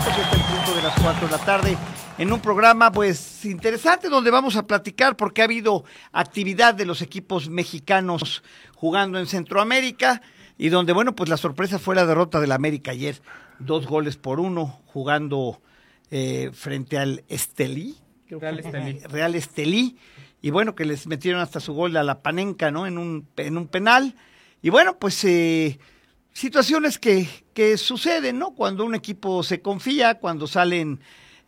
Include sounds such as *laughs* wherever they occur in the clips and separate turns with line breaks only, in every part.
Está el punto de las 4 de la tarde en un programa pues interesante donde vamos a platicar porque ha habido actividad de los equipos mexicanos jugando en Centroamérica y donde bueno pues la sorpresa fue la derrota del América ayer dos goles por uno jugando eh, frente al Estelí creo que
Real
fue,
Estelí.
eh, *laughs* Real Estelí y bueno que les metieron hasta su gol a la Panenca no en un en un penal y bueno pues eh, situaciones que, que suceden, ¿no? Cuando un equipo se confía, cuando salen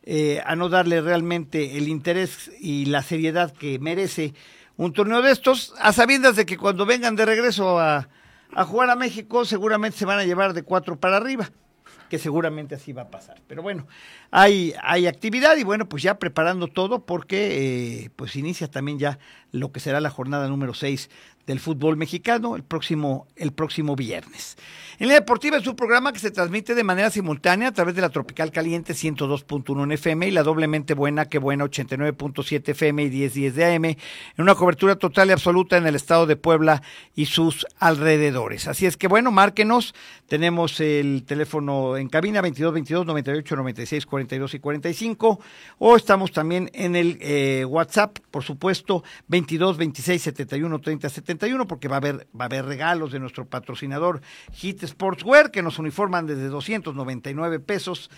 eh, a no darle realmente el interés y la seriedad que merece un torneo de estos, a sabiendas de que cuando vengan de regreso a, a jugar a México, seguramente se van a llevar de cuatro para arriba, que seguramente así va a pasar. Pero bueno, hay, hay actividad y bueno, pues ya preparando todo porque eh, pues inicia también ya lo que será la jornada número 6 del fútbol mexicano el próximo, el próximo viernes. En la Deportiva es un programa que se transmite de manera simultánea a través de la Tropical Caliente 102.1 en FM y la doblemente buena, que buena 89.7 FM y 1010 de AM, en una cobertura total y absoluta en el estado de Puebla y sus alrededores. Así es que bueno, márquenos. Tenemos el teléfono en cabina 22 22 98 96 42 y 45 o estamos también en el eh, WhatsApp, por supuesto, 22 26 71 30 71 porque va a haber va a haber regalos de nuestro patrocinador Hit Sportswear que nos uniforman desde 299 pesos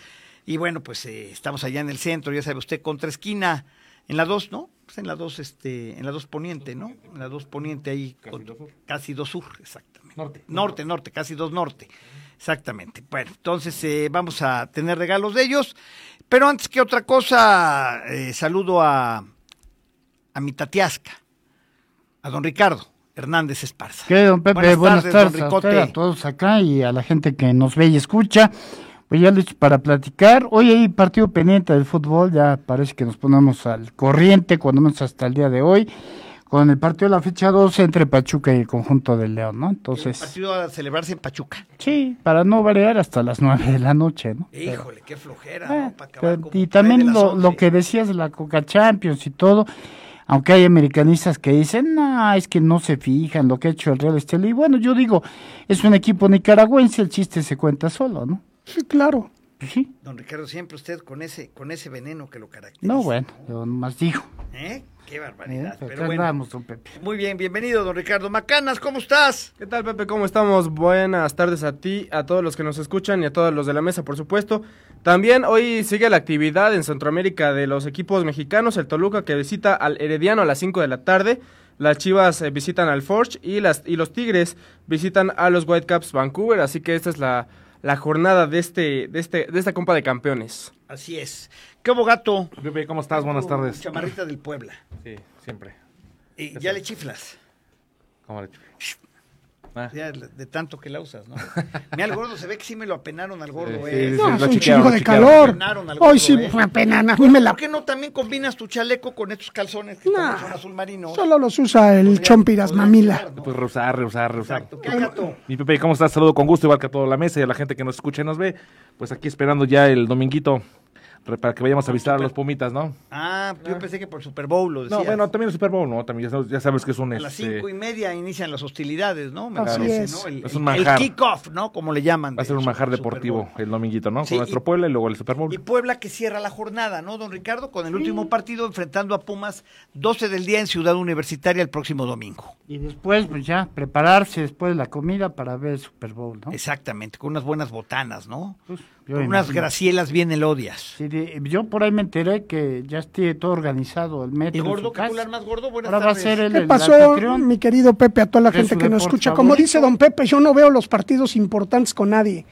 y bueno, pues eh, estamos allá en el centro, ya sabe usted, contra esquina en la 2, ¿no? Pues en la 2 este en la 2 poniente, ¿no? En la 2 poniente ahí
Casi
con-
dos sur.
casi 2 sur, exactamente.
Norte.
Norte, norte, casi dos norte. Exactamente. Bueno, entonces eh, vamos a tener regalos de ellos. Pero antes que otra cosa, eh, saludo a, a mi tatiasca, a don Ricardo Hernández Esparza.
¿Qué, don Pepe? Buenas, tardes,
don
a usted,
Ricote.
a todos acá y a la gente que nos ve y escucha. Pues ya listo para platicar. Hoy hay partido pendiente del fútbol, ya parece que nos ponemos al corriente, cuando menos hasta el día de hoy, con el partido de la fecha 12 entre Pachuca y el conjunto del León, ¿no?
El
Entonces,
partido a celebrarse en Pachuca.
sí, para no variar hasta las 9 de la noche, ¿no? Pero-
Híjole, qué flojera.
Ah,
¿no? Pa' acabar
pero-
como
y
por ahí de
también
las
lo, lo
11.
que decías de la Coca Champions y todo, aunque hay americanistas que dicen, no, es que no se fijan lo que ha hecho el Real Estelí. Bueno, yo digo, es un equipo nicaragüense, el chiste se cuenta solo, ¿no? Sí, claro. sí.
Don Ricardo, siempre usted con ese, con ese veneno que lo caracteriza.
No, bueno, yo nomás digo.
¿Eh? Qué
¿eh?
barbaridad.
Pero
Pero
acá
bueno.
andamos, don Pepe.
Muy bien, bienvenido, don Ricardo Macanas, ¿cómo estás?
¿Qué tal, Pepe? ¿Cómo estamos? Buenas tardes a ti, a todos los que nos escuchan y a todos los de la mesa, por supuesto. También hoy sigue la actividad en Centroamérica de los equipos mexicanos, el Toluca que visita al Herediano a las 5 de la tarde, las Chivas eh, visitan al Forge y, las, y los Tigres visitan a los Whitecaps Vancouver, así que esta es la, la jornada de, este, de, este, de esta Copa de Campeones.
Así es. ¿Qué hubo, gato?
Pepe, ¿cómo estás? Buenas
Tu
tardes.
Chamarrita del Puebla.
Sí, siempre.
Y ya le chiflas.
¿Cómo le Ah.
Ya de de tanto que la usas, ¿no? Mira, al gordo se ve que sí me lo apenaron al gordo,
Sí,
¿eh?
sí,
No,
lo
es un
chequearon,
chingo
lo
de
chequearon.
calor.
Ganaron al gordo,
Hoy sí
¿eh?
fue pena, na- ni me la-
¿Por qué no también combinas tu chaleco con estos calzones que
No.
también son azul marino?
Solo los usa el
Podría-
Chompiras
podría
Mamila.
llegar, ¿no?
Pues rehusar, rehusar, rehusar.
Exacto. ¿Qué gato?
Mi Pepe, ¿cómo estás? Saludo con gusto, igual que a toda la mesa y a la gente que nos escucha y nos ve. Pues aquí esperando ya el dominguito re- para que vayamos a visitar a los Pumitas, ¿no?
Ah, yo pensé que por Super Bowl lo decías.
No, bueno, también el Super Bowl, ¿no? También ya sabes, ya sabes que es un...
a las
este,
cinco y media inician las hostilidades, ¿no? Me
Así
parece,
es.
¿no? El,
Es un
el- el
manjar.
kickoff, ¿no? Como le llaman.
Va a ser
del
un manjar
Super Bowl.
deportivo el dominguito, ¿no?
Sí,
Con nuestro
y-
Puebla y luego el Super Bowl.
Y Puebla que cierra la jornada, ¿no, don Ricardo? Con el último partido enfrentando a Pumas 12 del día en Ciudad Universitaria el próximo domingo.
Y después, pues ya, prepararse después de la comida para ver el Super Bowl, ¿no?
Exactamente, con unas buenas botanas, ¿no?
Pues, yo
Con unas
imagino.
gracielas bien elodias.
Sí, de- yo por ahí me enteré que ya esté todo organizado el metro.
El
en
gordo,
su casa.
capular más gordo, buenas
Ahora va a
tardes.
ser el,
¿Qué
el
pasó,
anfitrión.
mi querido Pepe, a toda la
de
gente
su
que nos
deporte
escucha? Como
favorito.
dice don Pepe, yo no veo los partidos importantes con nadie.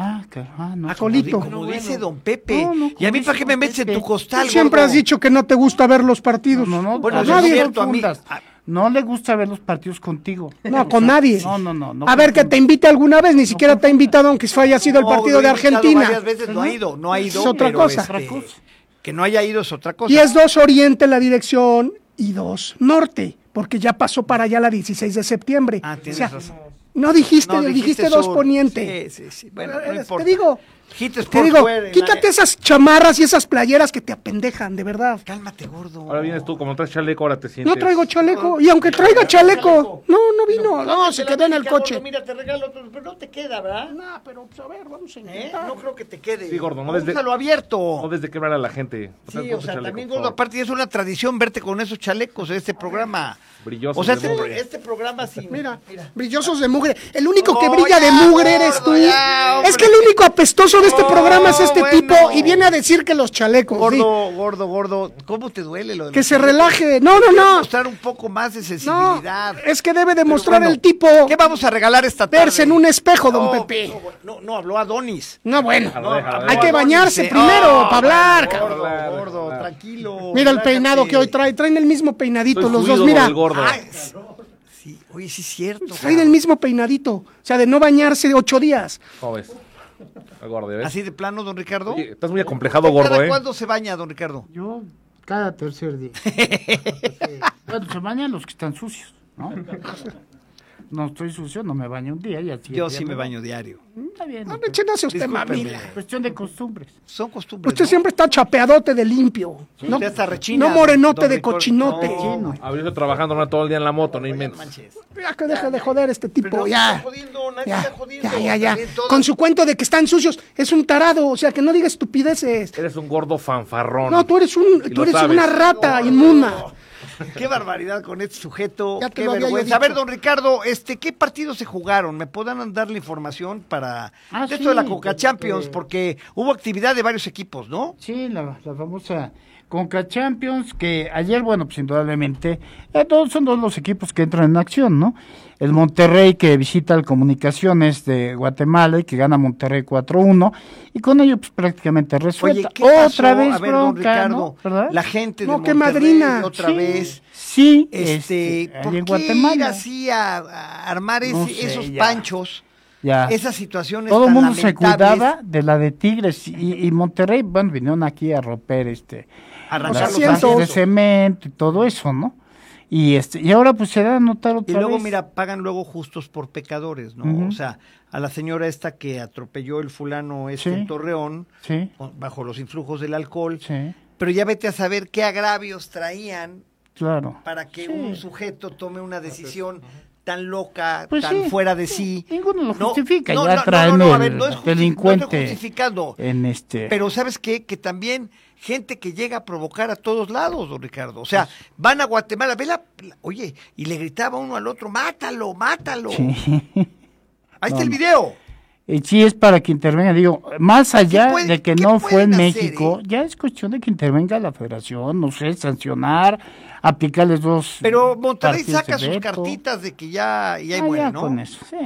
Ah, que- ah, no.
Ah, como di-
Acolito.
Como, dice don Pepe.
No, no,
y a mí,
como
¿para
dice
qué me
don
metes en
Pepe.
tu costal?
Tú siempre
gordo?
has dicho que no te gusta ver los partidos.
No, no,
Bueno,
a
eso es
nadie.
pues, cierto, a mí-
confundas.
a-
No le gusta ver los partidos contigo.
No, con nadie.
No, no, no. no
a ver, que te invite alguna vez, ni siquiera te ha invitado, aunque haya sido el
No,
partido
lo
de
he invitado
Argentina.
Varias veces no ha ido, no ha
Es
ido.
otra
pero,
cosa.
este,
Otra cosa.
que no haya ido es otra cosa.
Y es dos Oriente la dirección y dos Norte, porque ya pasó para allá la 16 de septiembre.
Ah,
O
tienes
sea,
razón.
No dijiste,
No,
dijiste, dos
sur.
poniente.
Sí, sí, sí. Bueno, no
Te
importa.
digo,
Hit
Te
Sport
digo,
Wear en la-
quítate esas chamarras y esas playeras que te apendejan, de verdad.
Cálmate, gordo.
Ahora vienes tú, como no traes chaleco, ahora te sientes.
No traigo chaleco. Y aunque traiga chaleco, no, no vino. No,
Te
se
la
quedó en el
aplica, gordo,
coche.
Mira, te regalo otro, pero no te queda, ¿verdad?
No, pero pues, a ver, vamos a
¿Eh?
intentar.
No creo que te quede.
Sí, gordo, no desde-
Úsalo abierto.
No desde quebrar a la gente.
Sí,
pon
o
tu
sea,
chaleco,
también,
por
gordo,
favor.
aparte es una tradición verte con esos chalecos en este programa.
Brilloso
O sea,
de
este,
mugre.
este programa sin...
*laughs* Mira, brillosos de mugre. El único que
No, ya,
brilla de mugre eres
gordo,
tú.
ya, hombre.
es que el único apestoso de este
No,
programa es este
bueno.
tipo y viene a decir que los chalecos. sí.
Gordo, gordo, gordo, ¿cómo te duele lo de
Que
los
se
chalecos?
relaje. No, no, no.
Mostrar un poco más de
No,
sensibilidad.
es que debe demostrar
bueno,
el tipo
¿Qué vamos a regalar esta tarde?
verse en un espejo, don
No,
Pepe.
no, No, no, habló Adonis.
No, bueno.
Ah,
Déjalo, déjalo,
Hay
déjalo.
que bañarse primero para hablar,
Gordo,
cabrón.
Hablar,
gordo,
hablar.
tranquilo.
Mira el
relájate.
peinado que hoy trae. Traen el mismo peinadito
Soy
los
su
dos,
ídolo,
mira.
el gordo.
Ah, es- sí, oye, sí es cierto.
Traen el
cabrón.
mismo peinadito. O sea, de no bañarse ocho días.
¿Cómo ves? Ah, Gordo, ¿ves?
Así de plano, don Ricardo.
Oye, estás muy acomplejado, gordo,
¿Cada
¿eh?
cuándo se baña, don Ricardo?
Yo cada tercer día. Bueno, se bañan los que están sucios, ¿no? No estoy sucio, no me baño un día y así.
Yo sí me baño diario.
Está bien.
No,
no, pero
échense usted,
Discúlpeme.
mamila.
es cuestión de costumbres.
Son costumbres.
Usted
¿no?
siempre está chapeadote de limpio. No,
Usted hasta rechina,
no morenote
don
de
Ricardo.
cochinote.
No,
Abrirse trabajando ¿no? todo el día en la moto, no inventes.
manches.
Ya que deja de joder este tipo,
Pero no está
ya.
jodiendo, nadie
Ya,
está jodiendo.
ya, ya, ya.
También todos-
Con su cuento de que están sucios, es un tarado, o sea, que no diga estupideces.
Eres un gordo fanfarrón.
No, tú eres un,
Y lo
tú eres
sabes.
una rata inmunda.
Qué barbaridad con este sujeto.
Ya te
Qué
lo había yo
vergüenza. A ver,
dicho.
don Ricardo, este, ¿qué partidos se jugaron? ¿Me puedan dar la información para
Ah,
de esto de la
sí,
Coca
porque-
Champions? Porque hubo actividad de varios equipos, ¿no?
Sí, la, la famosa Conca Champions, que ayer, bueno, pues indudablemente, eh, todos son dos los equipos que entran en acción, ¿no? El Monterrey que visita al Comunicaciones de Guatemala y que gana Monterrey 4-1, y con ello, pues prácticamente resuelta.
¿qué pasó?
Otra vez,
A ver, don
bronca,
Ricardo,
¿no? ¿Verdad?
la gente de
No, qué
Monterrey
madrina.
otra
Sí,
vez.
Sí,
Este,
este,
¿por
ahí en
qué ir
Guatemala.
así a, a armar ese-
No sé,
esos
ya.
panchos?
Ya.
Esas situaciones
Todo
tan
el mundo se
lamentables,
cuidaba de la de Tigres y, y Monterrey, bueno, vinieron aquí a romper este
arrancar los
las
asientos.
bases de
asientos.
cemento y todo eso, ¿no? Y este y ahora pues se da a notar otra
Y luego,
vez.
mira, pagan luego justos por pecadores, ¿no?
Ujú.
O sea, a la señora esta que atropelló el fulano este
Sí.
en Torreón,
sí,
con- bajo los influjos del alcohol,
sí,
pero ya vete a saber qué agravios traían
claro.
para que
Sí.
un sujeto tome una decisión tan loca,
Pues
tan
sí,
fuera de
sí,
sí.
ninguno lo
No,
justifica,
no,
ya
no, no,
traen
no, no, a
el
ver, no es justi-
delincuente
no estoy justificando.
en este
Pero ¿sabes qué? Que también gente que llega a provocar a todos lados, don Ricardo. O sea, van a Guatemala, ve la- la- oye, y le gritaba uno al otro, mátalo, mátalo.
sí. *laughs*
Ahí está
No,
el
no.
video.
Y sí es para que intervenga, digo, más allá
puede-
de que
qué
no fue en
pueden hacer,
México,
eh?
ya es cuestión de que intervenga la federación, no sé, sancionar, aplicarles dos.
Pero Monterrey
partidos
saca
de
sus
veto.
cartitas de que ya, y ahí
Ah,
muere,
ya
¿no?
con eso, sí,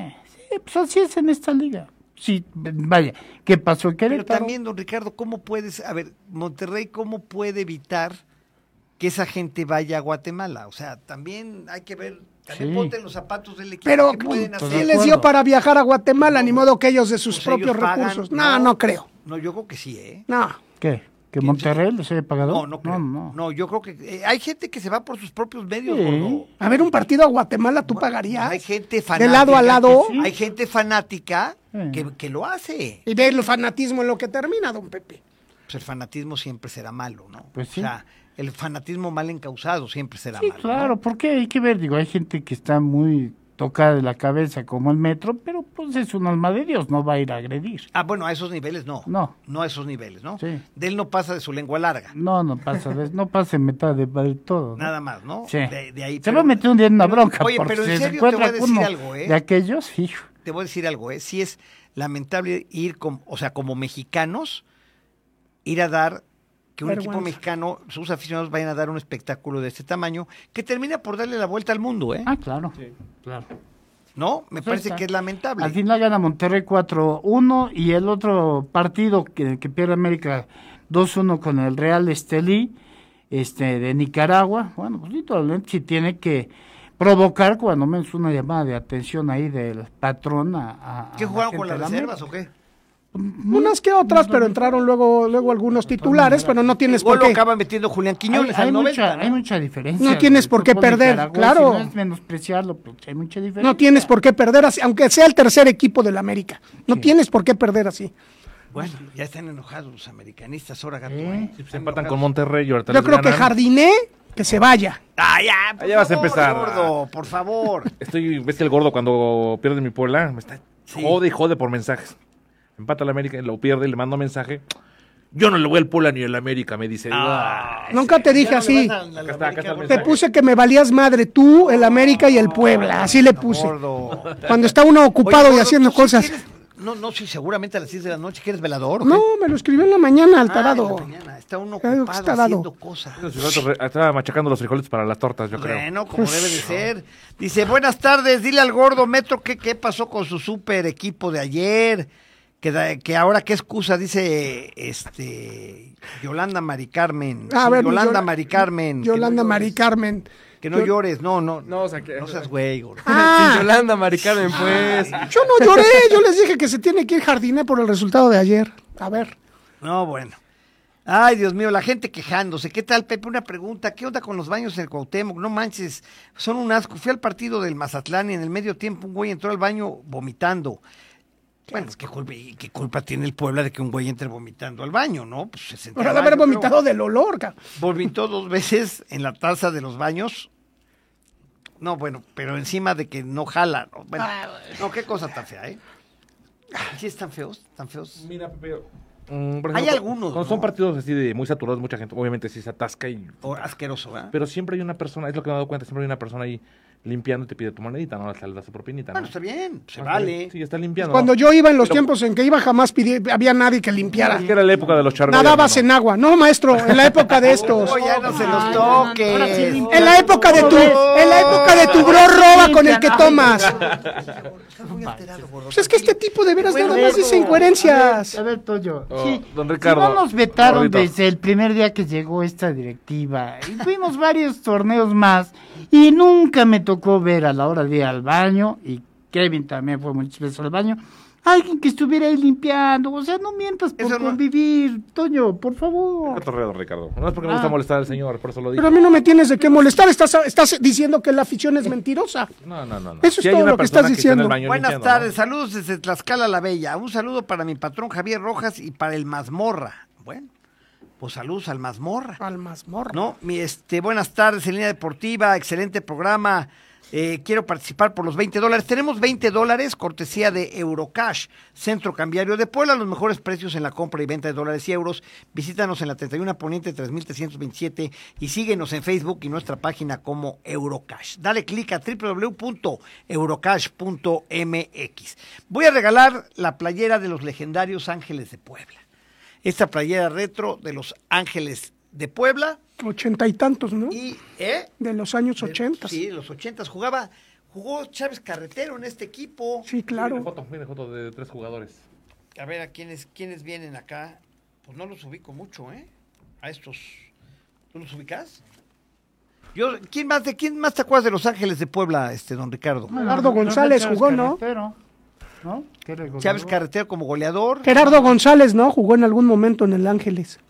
sí, pues así es en esta liga. Sí, vaya, ¿qué pasó en
Pero
Querétaro?
también, don Ricardo, ¿cómo puedes, a ver, Monterrey, ¿cómo puede evitar que esa gente vaya a Guatemala? O sea, también hay que ver, también
Sí.
ponte en los zapatos del equipo.
Pero, pues,
¿qué pueden hacer?
¿qué les dio para viajar a Guatemala? Ni modo que ellos de sus
Pues ellos
propios
pagan,
recursos. No, no creo.
No, yo creo que sí, ¿eh?
No.
¿Qué? ¿Que Monterrey les haya pagado?
No, no creo.
No,
No, yo creo que eh, hay gente que se va por sus propios medios,
Sí.
gordo.
A ver, un partido a Guatemala, ¿tú pagarías?
Hay gente
De
fanática.
lado a lado.
sí.
Hay gente fanática
Sí.
que, que lo hace.
Y ve el fanatismo en lo que termina, don Pepe.
Pues el fanatismo siempre será malo, ¿no?
Pues sí.
O sea, el fanatismo mal encausado siempre será
Sí,
malo. ¿no?
claro, porque hay que ver, digo, hay gente que está muy tocada de la cabeza como el metro, pero pues es un alma de Dios, no va a ir a agredir.
Ah, bueno, a esos niveles no.
No.
No a esos niveles, ¿no?
Sí.
De él no pasa de su lengua larga.
No, no pasa, de- no pasa en mitad de, del todo. ¿no?
Nada más, ¿no?
Sí.
De, de ahí.
se
pero-
va a meter un día en una
pero-
bronca.
Oye,
porque
pero
si
en
se
serio te voy
encuentra
a decir
uno
algo, ¿eh?
De aquellos, hijo.
Te voy a decir algo, ¿eh? Sí es lamentable ir, con, o sea, como mexicanos, ir a dar que un equipo
Vergüenza.
mexicano, sus aficionados vayan a dar un espectáculo de este tamaño que termina por darle la vuelta al mundo, ¿eh?
Ah, claro. claro.
¿No? Me
Pues ahí
parece
está.
que es lamentable.
Al final gana Monterrey 4-1 y el otro partido que, que pierde América 2-1 con el Real Estelí este, de Nicaragua. Bueno, pues literalmente sí tiene que provocar cuando menos una llamada de atención ahí del patrón a... a-
¿Qué
a la
jugaron
gente
con las
de
reservas o
América.
qué?
Unas que otras, pero entraron luego, luego algunos titulares, pero no tienes Pues, por
Gol lo
qué.
acaba metiendo Julián Quiñones
hay,
al
hay
90.
mucha, ¿eh?
¿no?
hay mucha diferencia.
No tienes
del
por qué
fútbol de
perder,
Nicaragua,
claro.
si no es menospreciarlo, pero hay mucha diferencia.
No tienes por qué perder así, aunque sea el tercer equipo del América. No tienes por qué perder así.
Bueno, ya están enojados los americanistas, ahora gato. ¿eh?
¿Eh?
Se pues, empatan con Monterrey. y ahorita
Yo
les
creo que
ganan.
Jardiné, que se vaya.
Ah, ya, por
Ah, ya vas a
favor,
empezar.
gordo, por
*laughs*
favor.
Estoy, ves que el gordo cuando pierde mi Puebla, me está
Sí.
jode y jode por mensajes. Empata el América, lo pierde, le mando mensaje. Yo no le voy al Puebla ni al América, me dice.
Ah.
Nunca te dije así.
Acá está, acá está el
Te
mensaje.
puse que me valías madre tú, el América y el Puebla. Así le puse.
Gordo.
Cuando está uno ocupado
Oye,
y
gordo,
haciendo
¿tú sí
cosas.
quieres- No, no, sí, seguramente a las 6 de la noche quieres velador. o qué?
No, me lo escribió en la mañana al
Ah,
tarado.
en la mañana, Está uno
Claro que
ocupado
está dado.
haciendo cosas.
Estaba machacando los frijoles para las tortas, yo creo.
Bueno, como
Pues,
debe de ser. Dice, buenas tardes, dile al gordo Metro que qué pasó con su super equipo de ayer, que, da- que ahora qué excusa, dice este Yolanda Mari Carmen.
A
Sí,
ver,
Yolanda
Yola-
Mari Carmen. que no
Yolanda
llores,
Mari Carmen.
Que no
Yo-
llores, no, no.
No, o sea, que-
no seas güey, gordo.
Ah.
*laughs* Sin Yolanda, Mari Carmen, pues.
Ah,
Yo no lloré, yo les dije que se tiene que ir Jardiné por el resultado de ayer. A ver.
No, bueno. Ay, Dios mío, la gente quejándose. ¿Qué tal, Pepe? Una pregunta. ¿Qué onda con los baños en el Cuauhtémoc? No manches, son un asco. Fui al partido del Mazatlán y en el medio tiempo un güey entró al baño vomitando. Bueno, ¿qué culpa, y ¿qué culpa tiene el Puebla de que un güey entre vomitando al baño, no? Pues se sentó
Ahora
al
de haber
baño,
vomitado del olor, ca-
pero Vomitó dos veces en la taza de los baños. No, bueno, pero encima de que no jala. No, Bueno,
Ah,
no qué cosa tan fea, ¿eh? Sí, están feos, están feos.
Mira, Pepe, mm, por
Hay
ejemplo,
algunos,
cuando
¿no?
Son partidos así de muy saturados, mucha gente, obviamente, sí se atasca y
O asqueroso, ¿verdad?
Pero siempre hay una persona, es lo que me he dado cuenta, siempre hay una persona ahí limpiando y te pide tu monedita, ¿no? Hasta le das su propinita, ¿no?
Bueno, está bien, se
Ah,
vale.
Sí, está limpiando.
Cuando
¿no?
yo iba en los
Pero-
tiempos en que iba, jamás pidi- había nadie que limpiara.
Es que era la época de los charbelas.
Nadabas en agua. No, maestro, en la época de estos.
No, ya no se los
Ay, Oh, no,
toques.
ahora sí limpia.
En la época de tu, en la época de tu bro roba con el que tomas. Pues es que este tipo de
Pues
veras nada más dice incoherencias.
A ver, Toyo.
Oh,
sí,
don
si
Ricardo,
no nos vetaron
gordito.
desde el primer día que llegó esta directiva. Y fuimos varios torneos más. Y nunca me tocó ver a la hora de ir al baño. Y Kevin también fue muchas veces al baño. Alguien que estuviera ahí limpiando. O sea, no mientas por
Eso no-
convivir, Toño, por
Un
favor.
cotorreo, don Ricardo. No es porque me
Ah.
gusta molestar al señor, por eso lo digo.
Pero a mí no me tienes de qué molestar. Estás, estás diciendo que la afición es mentirosa.
No, no, no. no.
Eso es
Sí hay
todo
una
lo que
persona
estás
está en el
diciendo.
baño
Buenas
limpiando, ¿no?
tardes, saludos desde Tlaxcala la Bella. Un saludo para mi patrón Javier Rojas y para el Mazmorra. Bueno, pues saludos al Mazmorra.
Al mazmorra.
No, mi este, buenas tardes en línea deportiva, excelente programa. Eh, quiero participar por los 20 dólares. Tenemos 20 dólares, cortesía de Eurocash, Centro Cambiario de Puebla, los mejores precios en la compra y venta de dólares y euros. Visítanos en la 31 Poniente 3327 y síguenos en Facebook y nuestra página como Eurocash. Dale clic a www.eurocash.mx. Voy a regalar la playera de los legendarios Ángeles de Puebla. Esta playera retro de los Ángeles de Puebla.
Ochenta y tantos, ¿no?
Y, ¿eh?
De los años
De-
ochentas.
Sí, los ochentas. Jugaba, jugó Chávez Carretero en este equipo.
Sí,
Viene
claro.
foto, viene foto de tres jugadores.
A ver, a quiénes, quiénes vienen acá. Pues no los ubico mucho, ¿eh? A estos. ¿Tú los ubicas? Yo, ¿quién más, de quién más te acuerdas de Los Ángeles de Puebla, este, don Ricardo?
Gerardo González jugó, ¿no?
Carretero, ¿no? Que era el
Chávez
goleador.
Carretero como goleador.
Gerardo González, ¿no? Jugó en algún momento en el Ángeles.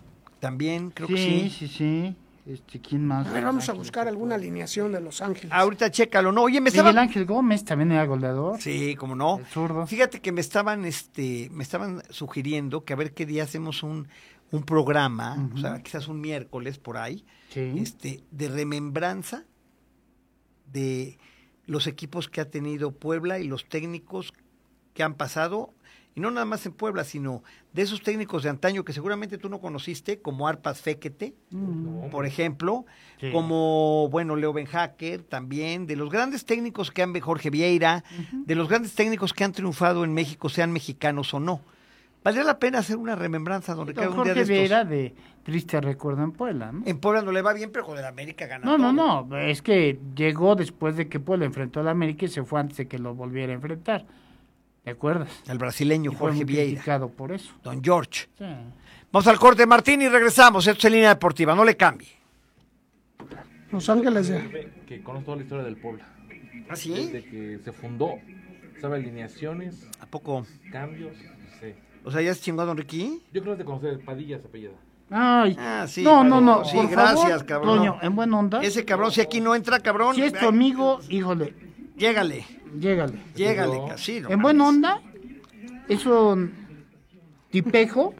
También, creo que
Sí,
sí.
sí, sí. Este, ¿quién más?
A ver, vamos a buscar alguna alineación de los Ángeles.
Ahorita chécalo, ¿no? Oye, me
Miguel
estaban...
Ángel Gómez también era goleador.
Sí, como no.
El zurdo.
Fíjate que me estaban, este, me estaban sugiriendo que a ver qué día hacemos un, un programa, o sea, quizás un miércoles por ahí,
Sí.
este, de remembranza de los equipos que ha tenido Puebla y los técnicos que han pasado, y no nada más en Puebla, sino de esos técnicos de antaño que seguramente tú no conociste, como Arpas Féquete, por ejemplo,
Mm. Sí.
como, bueno, Leo Benhacker también, de los grandes técnicos que han, Jorge Vieira, de los grandes técnicos que han triunfado en México, sean mexicanos o no. Valdría la pena hacer una remembranza, don Ricardo,
Don
un día
Jorge
de estos.
Vera de Triste Recuerdo en Puebla. ¿no?
En Puebla no le va bien, pero con el América gana.
No, no,
todo.
no, es que llegó después de que Puebla enfrentó al América y se fue antes de que lo volviera a enfrentar. ¿Te acuerdas?
El brasileño
Y fue
Jorge
muy
Vieira,
criticado por eso.
don George.
Sí.
Vamos al corte, Martín, y regresamos. Esto es en línea deportiva, no le cambie.
Los Ángeles de...
Ve Que conozco toda la historia del Puebla.
¿Ah, sí?
Desde que se fundó, sabe alineaciones,
¿A poco?
cambios, sí.
O sea, ¿ya has chingado a Ricky?
Yo creo que es de conocer Padilla se apellida.
Ay.
Ah, sí,
no,
vale.
no, no.
Sí,
por
gracias,
favor,
cabrón.
Toño, en buena onda.
Ese pues, cabrón, si aquí no entra, cabrón.
si es tu amigo, híjole,
Llégale,
llégale.
llégale, casi. no
en
mames.
buena onda, es un tipejo,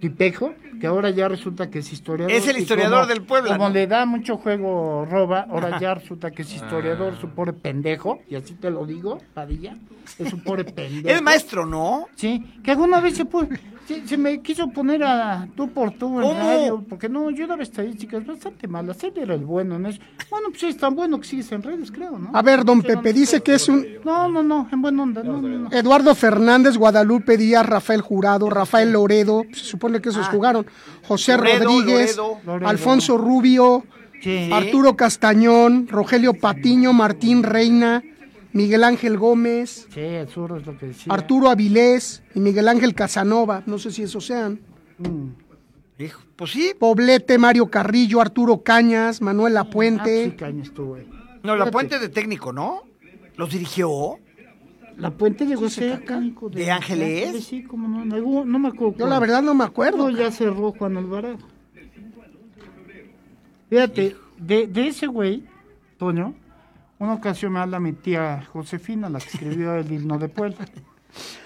tipejo, que ahora ya resulta que es historiador.
Es el
y
historiador
como-
del Puebla,
Como
¿no?
le da mucho juego roba,
*laughs*
ahora ya resulta que es historiador, su pobre pendejo, y así te lo digo, Padilla, es un pobre pendejo.
Es maestro, ¿no?
Sí, que alguna vez se, pu- se, se me quiso poner a tú por tú en
¿Cómo?
radio, porque no, yo daba estadísticas bastante malas, él era el bueno en eso. Bueno, pues es tan bueno que sigues en redes, creo, ¿no?
A ver, don Pepe dice que es un
No, no, no, en buena onda, no, no, no.
Eduardo Fernández, Guadalupe Díaz, Rafael Jurado, Rafael Loredo, se supone que esos jugaron, José
Loredo,
Rodríguez,
Loredo.
Loredo.
Alfonso Rubio,
Sí.
Arturo Castañón, Rogelio Patiño, Martín Reina, Miguel Ángel Gómez,
Sí, Ah, el zurdo es lo que decía.
Arturo Avilés y Miguel Ángel Casanova, no sé si esos sean.
Hijo, pues sí,
Poblete, Mario Carrillo, Arturo Cañas, Manuela
Ah, sí,
Puente.
Cañas tú, güey.
no, la
Fíjate,
puente de técnico, ¿no? ¿Los dirigió?
La puente llegó a ser técnico
¿De Ángeles?
Sí, como no, en algún- no me acuerdo.
Yo la verdad no me acuerdo.
Todo ya cerró Juan Alvarado. Fíjate, de, de ese güey, Toño, una ocasión me habla mi tía Josefina, la que escribió el himno de Puebla.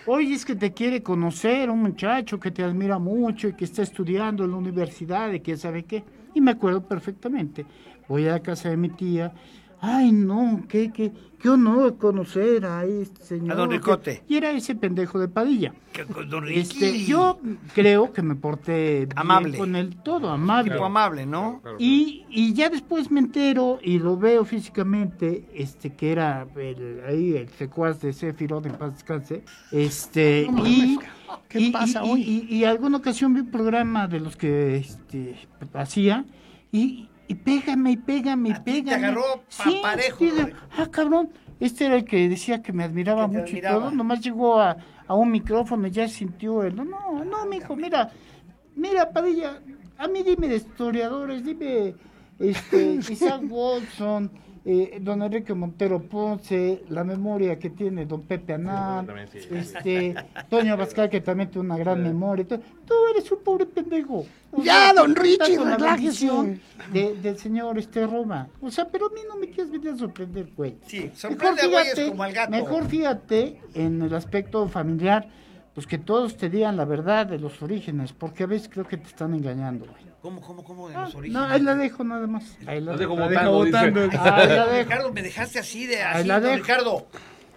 Oye, es que te quiere conocer un muchacho que te admira mucho y que está estudiando en la universidad y quién sabe qué. Y me acuerdo perfectamente. Voy a la casa de mi tía. Ay, no, qué, qué, qué honor conocer a este señor.
don Ricote.
Y era ese pendejo de Padilla.
Que con Don
Este,
Ricky.
yo creo que me porté bien
Amable.
con el todo amable.
Tipo amable, ¿no?
Y, y ya después me entero y lo veo físicamente, este que era el, ahí el secuaz de Céfiro, de paz descanse, este, y,
Ah, ¿Qué
y-
pasa
y-
hoy?
y- y alguna ocasión vi un programa de los que este, hacía y, y pégame, y pégame, y
A ti te
pégame.
agarró pa- parejo,
digo,
Rodrigo.
ah, cabrón, este era el que decía que me admiraba
Que te
mucho y
admiraba.
todo, nomás llegó a, a un micrófono y ya sintió él. No,
Ah,
no, no, mijo, mira, mira, Padilla, a mí dime de historiadores, dime este,
*laughs*
Isaac Watson, eh, don Enrique Montero Ponce, la memoria que tiene don Pepe Anán, este, Toño Vascal, que también tiene una gran memoria. y todo. Tú eres un pobre pendejo. O
Ya, don
estás
Richie,
con la
relájese.
bendición de- del señor este Roma. O sea, pero a mí no me quieres venir a sorprender, güey.
Sí,
Mejor
sorprende a güeyes
fíjate,
como al gato.
mejor fíjate en el aspecto familiar, pues que todos te digan la verdad de los orígenes, porque a veces creo que te están engañando, güey.
¿Cómo, cómo, cómo de
Ah,
los orígenes?
No, ahí la dejo nada más. Ahí la
Los
dejo.
dejo
La deja
votando, dice.
votando.
Ahí la dejo.
Ricardo, me dejaste así de
Ahí
así,
la
don
dejo.
Ricardo.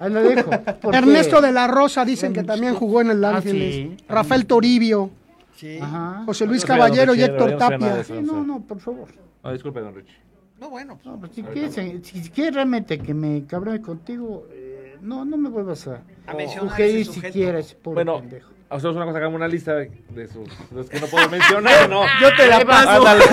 Ahí la dejo. porque-
Ernesto de la Rosa dicen que también jugó en el
Ah,
Ángeles.
sí.
Rafael Toribio,
Sí.
Ajá.
José
No
Luis
sé, don
Caballero y
Richie,
Héctor
no sé nada de
Tapia.
eso.
Sí, no, no, por favor.
No, disculpe, don Richie.
No, bueno. pues,
No, pues, si, quieres, eh, si quieres realmente que me cabree contigo, eh, no, no me vuelvas a,
A mencionar
sugerir
ese sujeto.
siquiera ese pobre
Bueno,
pendejo.
hacemos una cosa, hagamos una lista de, de sus de los que no puedo mencionar, ¿no?
Yo te la paso.
Ándale.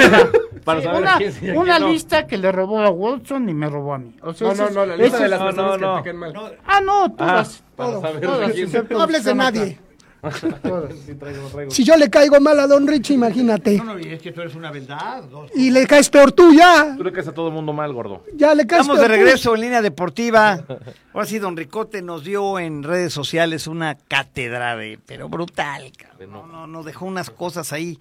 Para
Sí,
saber
una
quién sí y
una
quién no.
lista que le robó a Watson y me robó a mí. O sea,
No,
ese
no,
es-
no, la
ese
lista de
es-
las
No,
personas
no,
que
no.
te caen mal.
Ah, no, todas.
para
todas,
saber
todas,
quién-
excepto
No hables de
Samantha.
*laughs*
nadie.
Todas.
Sí, traigo, no traigo.
Si yo le caigo mal a don Richie, imagínate.
No, no, y es que tú eres una verdad. dos.
este
Y le caes peor tú ya.
Tú le caes a todo el mundo mal, gordo.
Ya le caes
Estamos de
peor tú.
regreso en línea deportiva. Ahora sí, don Ricote nos dio en redes sociales una cátedra de, pero brutal, cabrón. No, no, nos dejó unas cosas ahí.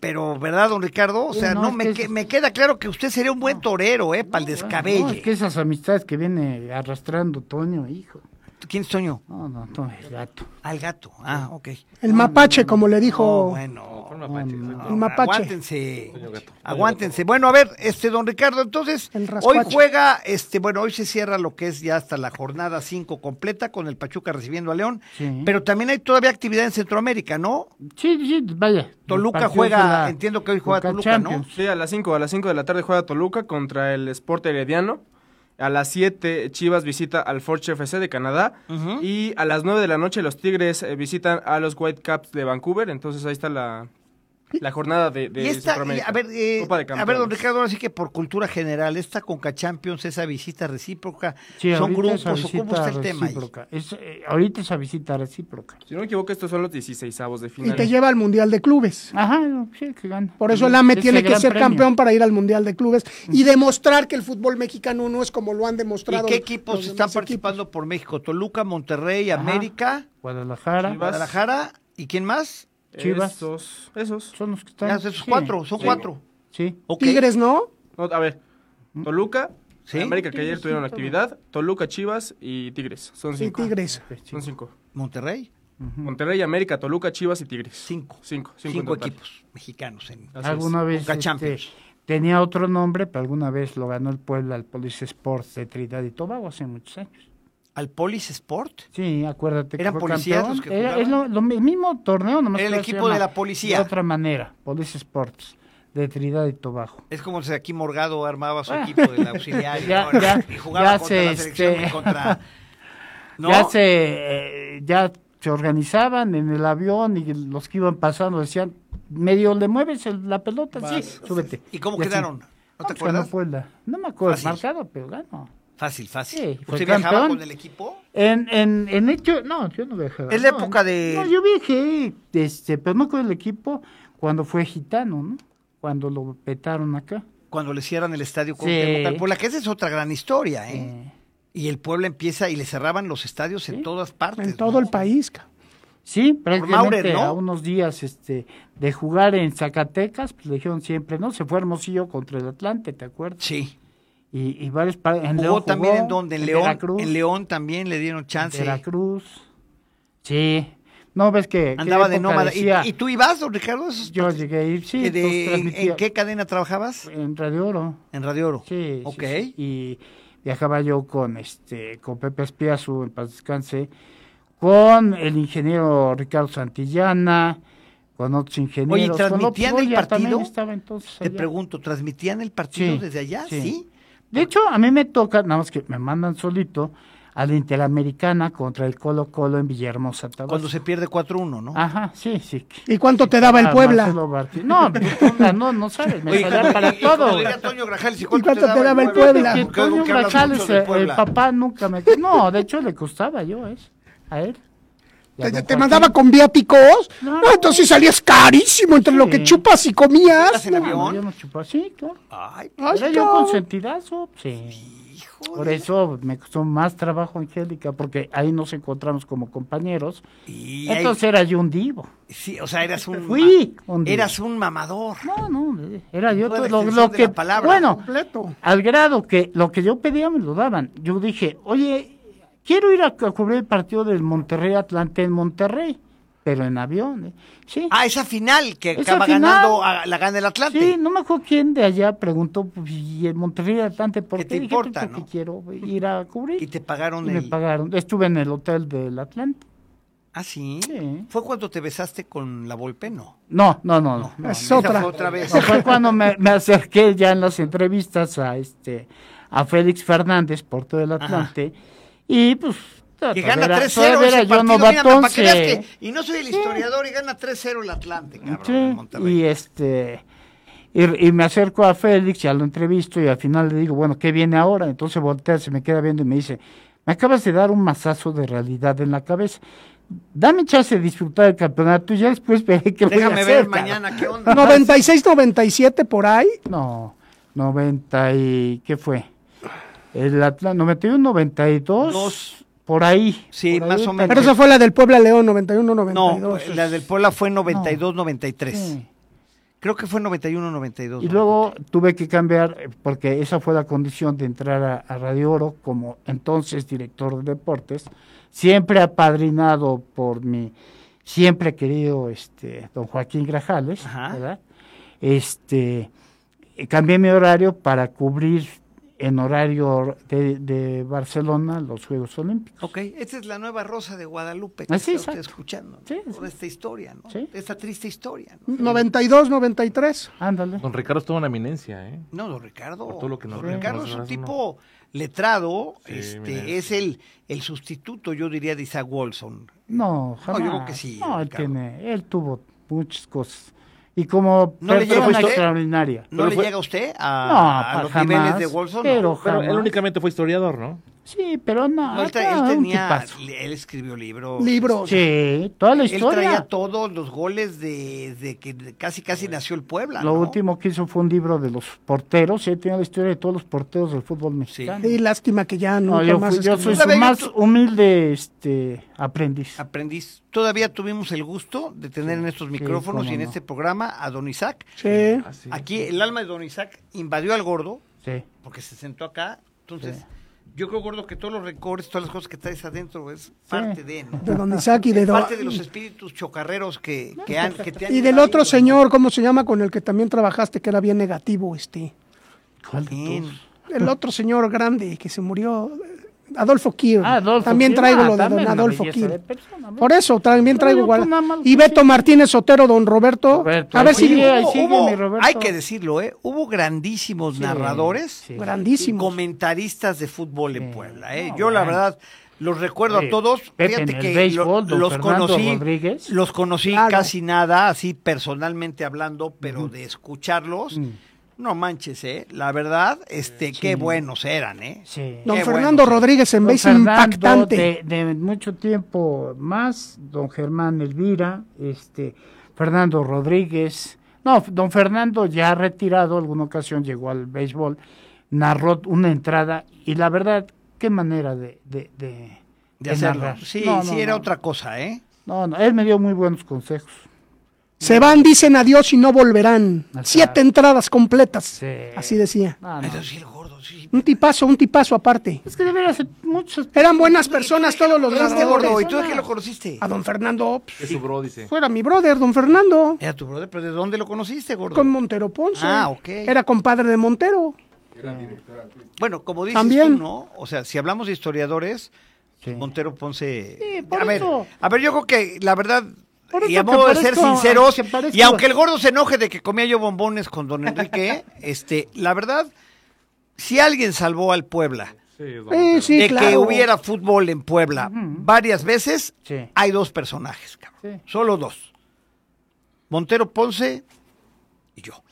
Pero, ¿verdad, don Ricardo? O
Sí,
sea,
no,
no,
es
me,
que
que-
es-
me queda claro que usted sería un buen torero, ¿eh? Para el descabelle.
No, es que esas amistades que viene arrastrando Toño, hijo.
¿Quién es Toño?
No, no, no, el gato.
Al gato. Ah, ok.
El mapache, como le dijo.
No, bueno.
Con mapache, exacto.
El mapache.
Aguántense. Aguántense. Bueno, a ver, este don Ricardo, entonces
El
hoy
rascuache.
juega este, bueno, hoy se cierra lo que es ya hasta la jornada 5 completa con el Pachuca recibiendo a León,
Sí.
pero también hay todavía actividad en Centroamérica, ¿no?
Sí, sí, vaya.
Toluca
El partido
juega,
de la
entiendo que hoy juega
Conca
Toluca, ¿no?
Champions.
Sí, a las 5, a las 5 de la tarde juega Toluca contra el Sport Herediano. A las 7 Chivas visita al Forge FC de Canadá
Ujú.
y a las 9 de la noche los Tigres eh, visitan a los Whitecaps de Vancouver, entonces ahí está la la jornada de, de
y esta, y
Centroamérica.
a ver, eh,
Copa
a
de
ver, don
Campeones.
Ricardo, ahora sí que por cultura general, esta Conca Champions, esa visita recíproca,
Sí,
son
ahorita
grupos,
esa
o cómo
visita
está el tema ahí?
recíproca. Es, eh, ahorita esa visita recíproca.
Si no me equivoco, estos son los 16 avos de
Y
final.
te lleva al Mundial de Clubes.
Ajá, no, sí, que gana.
Por eso el
Ese
AME tiene que
gran
ser
premio.
campeón para ir al Mundial de Clubes y demostrar que el fútbol mexicano no es como lo han
¿Y
demostrado.
qué
los
equipos están
demás
participando por México? Toluca, Monterrey,
Ajá.
América,
Guadalajara.
Chivas.
Guadalajara, ¿y quién más?
Chivas.
Esos. esos.
Son los que están.
Ya, esos
sí,
cuatro, son
sí,
cuatro.
Sí.
Ok.
Tigres, ¿no?
No, a ver, Toluca,
¿Mm? Sí.
América que ayer tuvieron actividad, Toluca, Chivas y Tigres. Son
Sí,
cinco. Este
Tigres.
Son cinco.
Monterrey,
Monterrey, América, Toluca, Chivas y Tigres.
Cinco.
Cinco. Cinco, en
cinco
total.
equipos mexicanos en
Así es.
alguna vez.
Conca
este,
Champions.
tenía otro nombre, pero alguna vez lo ganó el Puebla al Police Sports de Trinidad y Tobago hace muchos años.
al Polis Sport.
Sí, acuérdate
¿Eran
fue
policías
campeón.
los que
Era- es lo,
jugaban?
lo mi- mismo torneo, nomás
Era el
que ahora se
equipo de
llama
la policía.
De otra manera, Police Sports de Trinidad y Tobago.
Es como si aquí Morgado armaba su equipo del auxiliar
Ah. *laughs* Ya-
y,
ya-
y jugaba
ya
contra
se,
la selección
este,
y
*laughs*
contra... ¿No?
Ya se eh, ya se organizaban en el avión y los que iban pasando decían, medio le mueves el- la pelota, sí, súbete.
¿Y cómo
Y así.
quedaron? ¿No te
pues ganó
acuerdas?
Puebla. No me acuerdo,
Fácil.
marcado, pero ganó.
Fácil, fácil.
Sí, fue
¿Usted viajaba
campeón.
con el equipo?
En, en, en hecho, no, yo no viajé.
Es la
no,
época de-
No, yo viajé, este, pero no con el equipo cuando fue gitano, ¿no? Cuando lo petaron acá.
Cuando le cierran el estadio con
Sí.
Puebla, que esa es otra gran historia, ¿eh?
Eh,
Y el Puebla empieza y le cerraban los estadios en todas partes.
En todo
¿no?
el país. ca.
sí, prácticamente
Maurer, ¿no?
a unos días este, de jugar en Zacatecas, pues le dijeron siempre, ¿no? Se fue Hermosillo contra el Atlante, ¿te acuerdas?
Sí.
Y, y varios pa- en
Jugó
León
también
jugó,
en donde, en León.
Veracruz,
En León también le dieron
en
chance.
Veracruz. Sí. No, ves que... que
Andaba de
época
nómada. ¿Y,
decía,
y tú ibas, don Ricardo? Esos-
Yo llegué a ir, sí.
que
los
de- en,
transmitía
en qué cadena trabajabas?
En Radio Oro.
En Radio Oro.
Sí, sí,
Ok.
sí. Y viajaba yo con este, con Pepe Espiazu, en paz descanse, con el ingeniero Ricardo Santillana, con otros ingenieros. con López
¿transmitían el
Goya también
partido?
estaba entonces
Te
allá.
pregunto, ¿transmitían el partido
Sí,
desde allá? Sí.
sí. De hecho, a mí me toca, nada más que me mandan solito, a la Interamericana contra el Colo Colo en Villahermosa, Tabasco.
Cuando se pierde 4-1, ¿no?
Ajá, sí, sí.
¿Y cuánto te daba el
Ah,
Puebla?
Marcelo Barti- No, *laughs* puta, no, no sabes, me salía para todo.
Como diría Toño Grajales,
¿Y cuánto te daba el Puebla?
que
Porque oigo
Toño
que hablas
Grajales,
mucho del
eh, el
Puebla.
papá nunca me... No, de hecho le costaba yo eso, a él. Y a don
¿Te, te
Joaquín.
mandaba con viáticos?
No,
No, entonces salías carísimo entre lo que
Sí.
chupas y comías.
¿Ibas en
No,
avión?
No, yo no chupaba, sí, claro.
Ay,
Ay,
Era yo
cabrón.
consentidazo, sí.
hijo.
Por eso me costó más trabajo Angélica, porque ahí nos encontramos como compañeros.
Y ahí- Ah,
Entonces era yo un divo.
sí, o sea, eras un.
Fui un divo.
Eras un mamador.
No, no, era yo
Toda la
todo- lo,
extensión
lo
de
que...
la palabra.
Bueno,
Completo.
al grado que lo que yo pedía me lo daban. Yo dije, oye, quiero ir a, co- cubrir el partido del Monterrey Atlante en Monterrey, pero en avión. ¿eh? Sí.
Ah, esa final que
Esa
acaba
final.
ganando, a- la gana el Atlante.
Sí, no me acuerdo quién de allá preguntó, pues, y el Monterrey Atlante, ¿por
¿Qué
qué?
te
Dije, pues,
importa,
porque
no?
quiero ir a cubrir.
Y te pagaron
Y me
el.
pagaron. Estuve en el hotel del Atlante.
Ah, sí.
Sí.
Fue cuando te besaste con la Volpeno.
No, no, no, no. no,
Es
no.
otra.
Fue otra vez.
No, fue cuando me, me acerqué ya en las entrevistas a este a Félix Fernández por todo el Atlante y pues
Que
*laughs* todavía
gana
era-
3-0
todavía
ese
era yo
partido. mira, para que veas que-
novatón,
y no soy el
Sí.
historiador y gana 3-0 el Atlante, cabrón,
sí,
en Monterrey.
y este y, y me acerco a Félix ya lo entrevisto y al final le digo bueno qué viene ahora entonces voltea se me queda viendo y me dice me acabas de dar un mazazo de realidad en la cabeza dame chance de disfrutar el campeonato y ya después veré qué voy a
Déjame
hacer,
ver
cabrón".
mañana qué onda.
96, 97 por ahí.
No, 90 y... ¿qué fue? El Atlas, 91, 92.
Dos.
Por ahí.
Sí,
por
más
ahí,
o menos.
Pero esa fue la del Puebla León, 91,
No, pues,
92.
la del Puebla fue
sí.
92-93. Creo que fue 91-92.
Y luego tuve que cambiar, eh, porque esa fue la condición de entrar a, a Radio Oro como entonces director de deportes, siempre apadrinado por mi siempre querido este don Joaquín Grajales,
Ajá.
¿verdad? Este eh, cambié mi horario para cubrir en horario de, de Barcelona los Juegos Olímpicos.
Ok, esta es la nueva Rosa de Guadalupe que
Ah, sí,
está usted
exacto.
escuchando. ¿no?
Sí, sí.
Toda esta historia, ¿no?
Sí. Mm.
Esta triste historia, ¿no?
92, 93.
Ándale.
Don Ricardo es toda una eminencia, ¿eh?
No, don Ricardo.
Por todo lo que nos
don Ricardo es
vemos,
un
¿verdad?
tipo letrado,
Sí,
este,
mira,
es
sí.
el, el sustituto, yo diría, de Isaac Wilson.
No,
No,
jamás.
yo creo que sí,
No, él,
Ricardo.
tiene, él tuvo muchas cosas. y como
¿No le llega
persona
usted?
extraordinaria.
¿No le
fue-
llega a usted
No,
a, a
pues,
los
jamás,
niveles de Wolfson? No.
Pero,
Pero él
jamás.
únicamente fue historiador, ¿no?
Sí, pero no.
No, él, tra-
no,
él
un
tenía,
tipazo.
él escribió libros.
Libros.
Sí, toda la
Él traía
historia.
todos los goles de, de que casi casi nació el Puebla.
Lo
¿no?
último que hizo fue un libro de los porteros. Él tenía la historia de todos los porteros del fútbol mexicano.
Y lástima que ya
No,
nunca
yo,
más.
fui- yo soy
escribió.
su
Todavía
más
yo-
humilde este, aprendiz.
Aprendiz. Todavía tuvimos el gusto de tener en estos micrófonos
cómo
y en
no.
este programa a Don Isaac.
Sí.
Ah,
Aquí el alma de Don Isaac invadió al gordo
Sí.
porque se sentó acá. Entonces, yo creo, gordo, que todos los recortes, todas las cosas que traes adentro es parte de, ¿no?
De Don Isaac y de Don.
parte de los espíritus chocarreros que, que, han, que te han
Y del otro
invadido,
señor, ¿cómo se llama? Con el que también trabajaste, que era bien negativo, este.
¿Cuál de
Bien.
todos?
El otro señor grande que se murió, eh, Adolfo Kier.
Ah, Adolfo
también
Kier.
traigo
Ah,
lo de
también
don
una
Adolfo
belleza de
Kier.
persona, ¿no?
Por eso también
No,
traigo
yo
guarda-
tú nada más,
Y
pues,
Beto
sí.
Martínez Sotero, don Roberto.
Roberto,
a
ahí
ver si.
sigue, ahí
Hubo-
sigue
hubo-
mi Roberto.
hay que decirlo, ¿eh? Hubo grandísimos narradores
sí.
y
Grandísimo.
comentaristas de fútbol en Puebla, ¿eh?
no,
Yo, la
bueno.
verdad, los recuerdo a
Eh,
todos.
Pepe en
Fíjate
el
que
béisbol, don
los
Fernando
conocí,
Rodríguez.
los conocí
Claro.
casi nada, así personalmente hablando, pero de escucharlos,
Mm.
no manches, ¿eh? La verdad, este, qué buenos eran, ¿eh?
Sí.
Don
Qué
Fernando
bueno.
Rodríguez en
Don
vez
Fernando,
impactante.
De, de mucho tiempo más, don Germán Elvira, este, Fernando Rodríguez. No, don Fernando ya retirado, alguna ocasión llegó al béisbol, narró una entrada y la verdad, qué manera de, de, de,
De
de
hacerlo.
narrar.
Sí,
No,
sí,
no,
era
no.
otra cosa, ¿eh?
No, no, él me dio muy buenos consejos.
Se van, dicen adiós y no volverán.
Ajá.
Siete entradas completas.
Sí.
Así decía.
No, no.
Pero sí, el gordo, sí.
Un tipazo, un tipazo aparte.
Es que de veras, muchos
Eran buenas personas todos los
Este gordo, ¿y
narradores.
tú de qué lo conociste?
A don Fernando, pues,
Es su bro, dice.
fuera mi brother, don Fernando.
Era tu brother, pero ¿de dónde lo conociste, gordo?
Con Montero Ponce.
Ah, ok.
Era compadre de Montero.
Bueno, como dices
También.
tú, ¿no? O sea, si hablamos de historiadores, Montero Ponce.
Sí, por
a ver,
eso.
a ver, yo creo que la verdad.
Por eso
Y a
que
modo de ser
parezco-
sinceros,
que parezco-
y aunque el gordo se enoje de que comía yo bombones con don
*laughs*
Enrique, este, la verdad, si alguien salvó al Puebla
Sí, sí,
de que
claro.
hubiera fútbol en Puebla varias veces,
Sí.
hay dos personajes, cabrón.
Sí.
Solo dos. Montero Ponce y yo.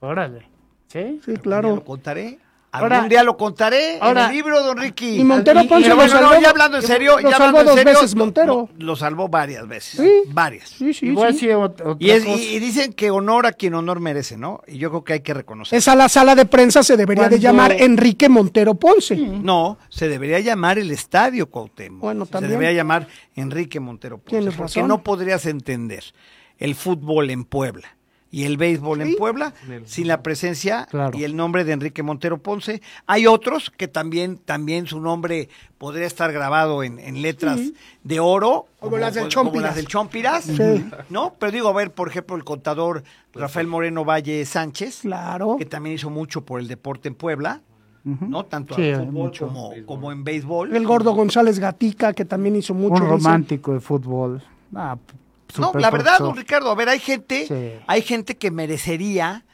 Órale. ¿Sí?
Sí,
Algún día
claro.
lo contaré.
Ahora-
Algún día lo contaré
ahora-
en el libro, don Ricky.
Y Montero
Y- y-
Ponce
Pero
lo
bueno,
salvó.
no, ya hablando en serio,
lo
ya
salvó
hablando en
dos
serio,
veces Montero.
Lo, lo salvó varias veces.
Sí.
Varias.
Sí, sí,
Igual
sí.
sí, ot- otra
Y, es- y-
cosa.
y dicen que honor a quien honor merece, ¿no? Y yo creo que hay que reconocer.
Esa la sala de prensa se debería de
Cuando-
llamar Enrique Montero Ponce.
No, se debería llamar el Estadio Cuauhtémoc.
Bueno, también.
Se debería llamar Enrique Montero Ponce.
Tienes
porque
razón.
no podrías entender el fútbol en Puebla y el béisbol en Puebla sin la presencia
Claro.
y el nombre de Enrique Montero Ponce. Hay otros que también, también su nombre podría estar grabado en, en letras de oro.
Como las del
Como
Chompiras.
las del Chompiras. ¿No? Pero digo, a ver, por ejemplo, el contador Rafael Moreno Valle Sánchez
Claro.
que también hizo mucho por el deporte en Puebla, ¿no? Tanto
Sí,
en fútbol
mucho.
como, como en béisbol.
El gordo González Gatica, que también hizo mucho.
un
dice.
romántico de fútbol. Ah, p-
No,
super
la verdad,
profesor.
don Ricardo, a ver, hay gente,
Sí.
hay gente que merecería,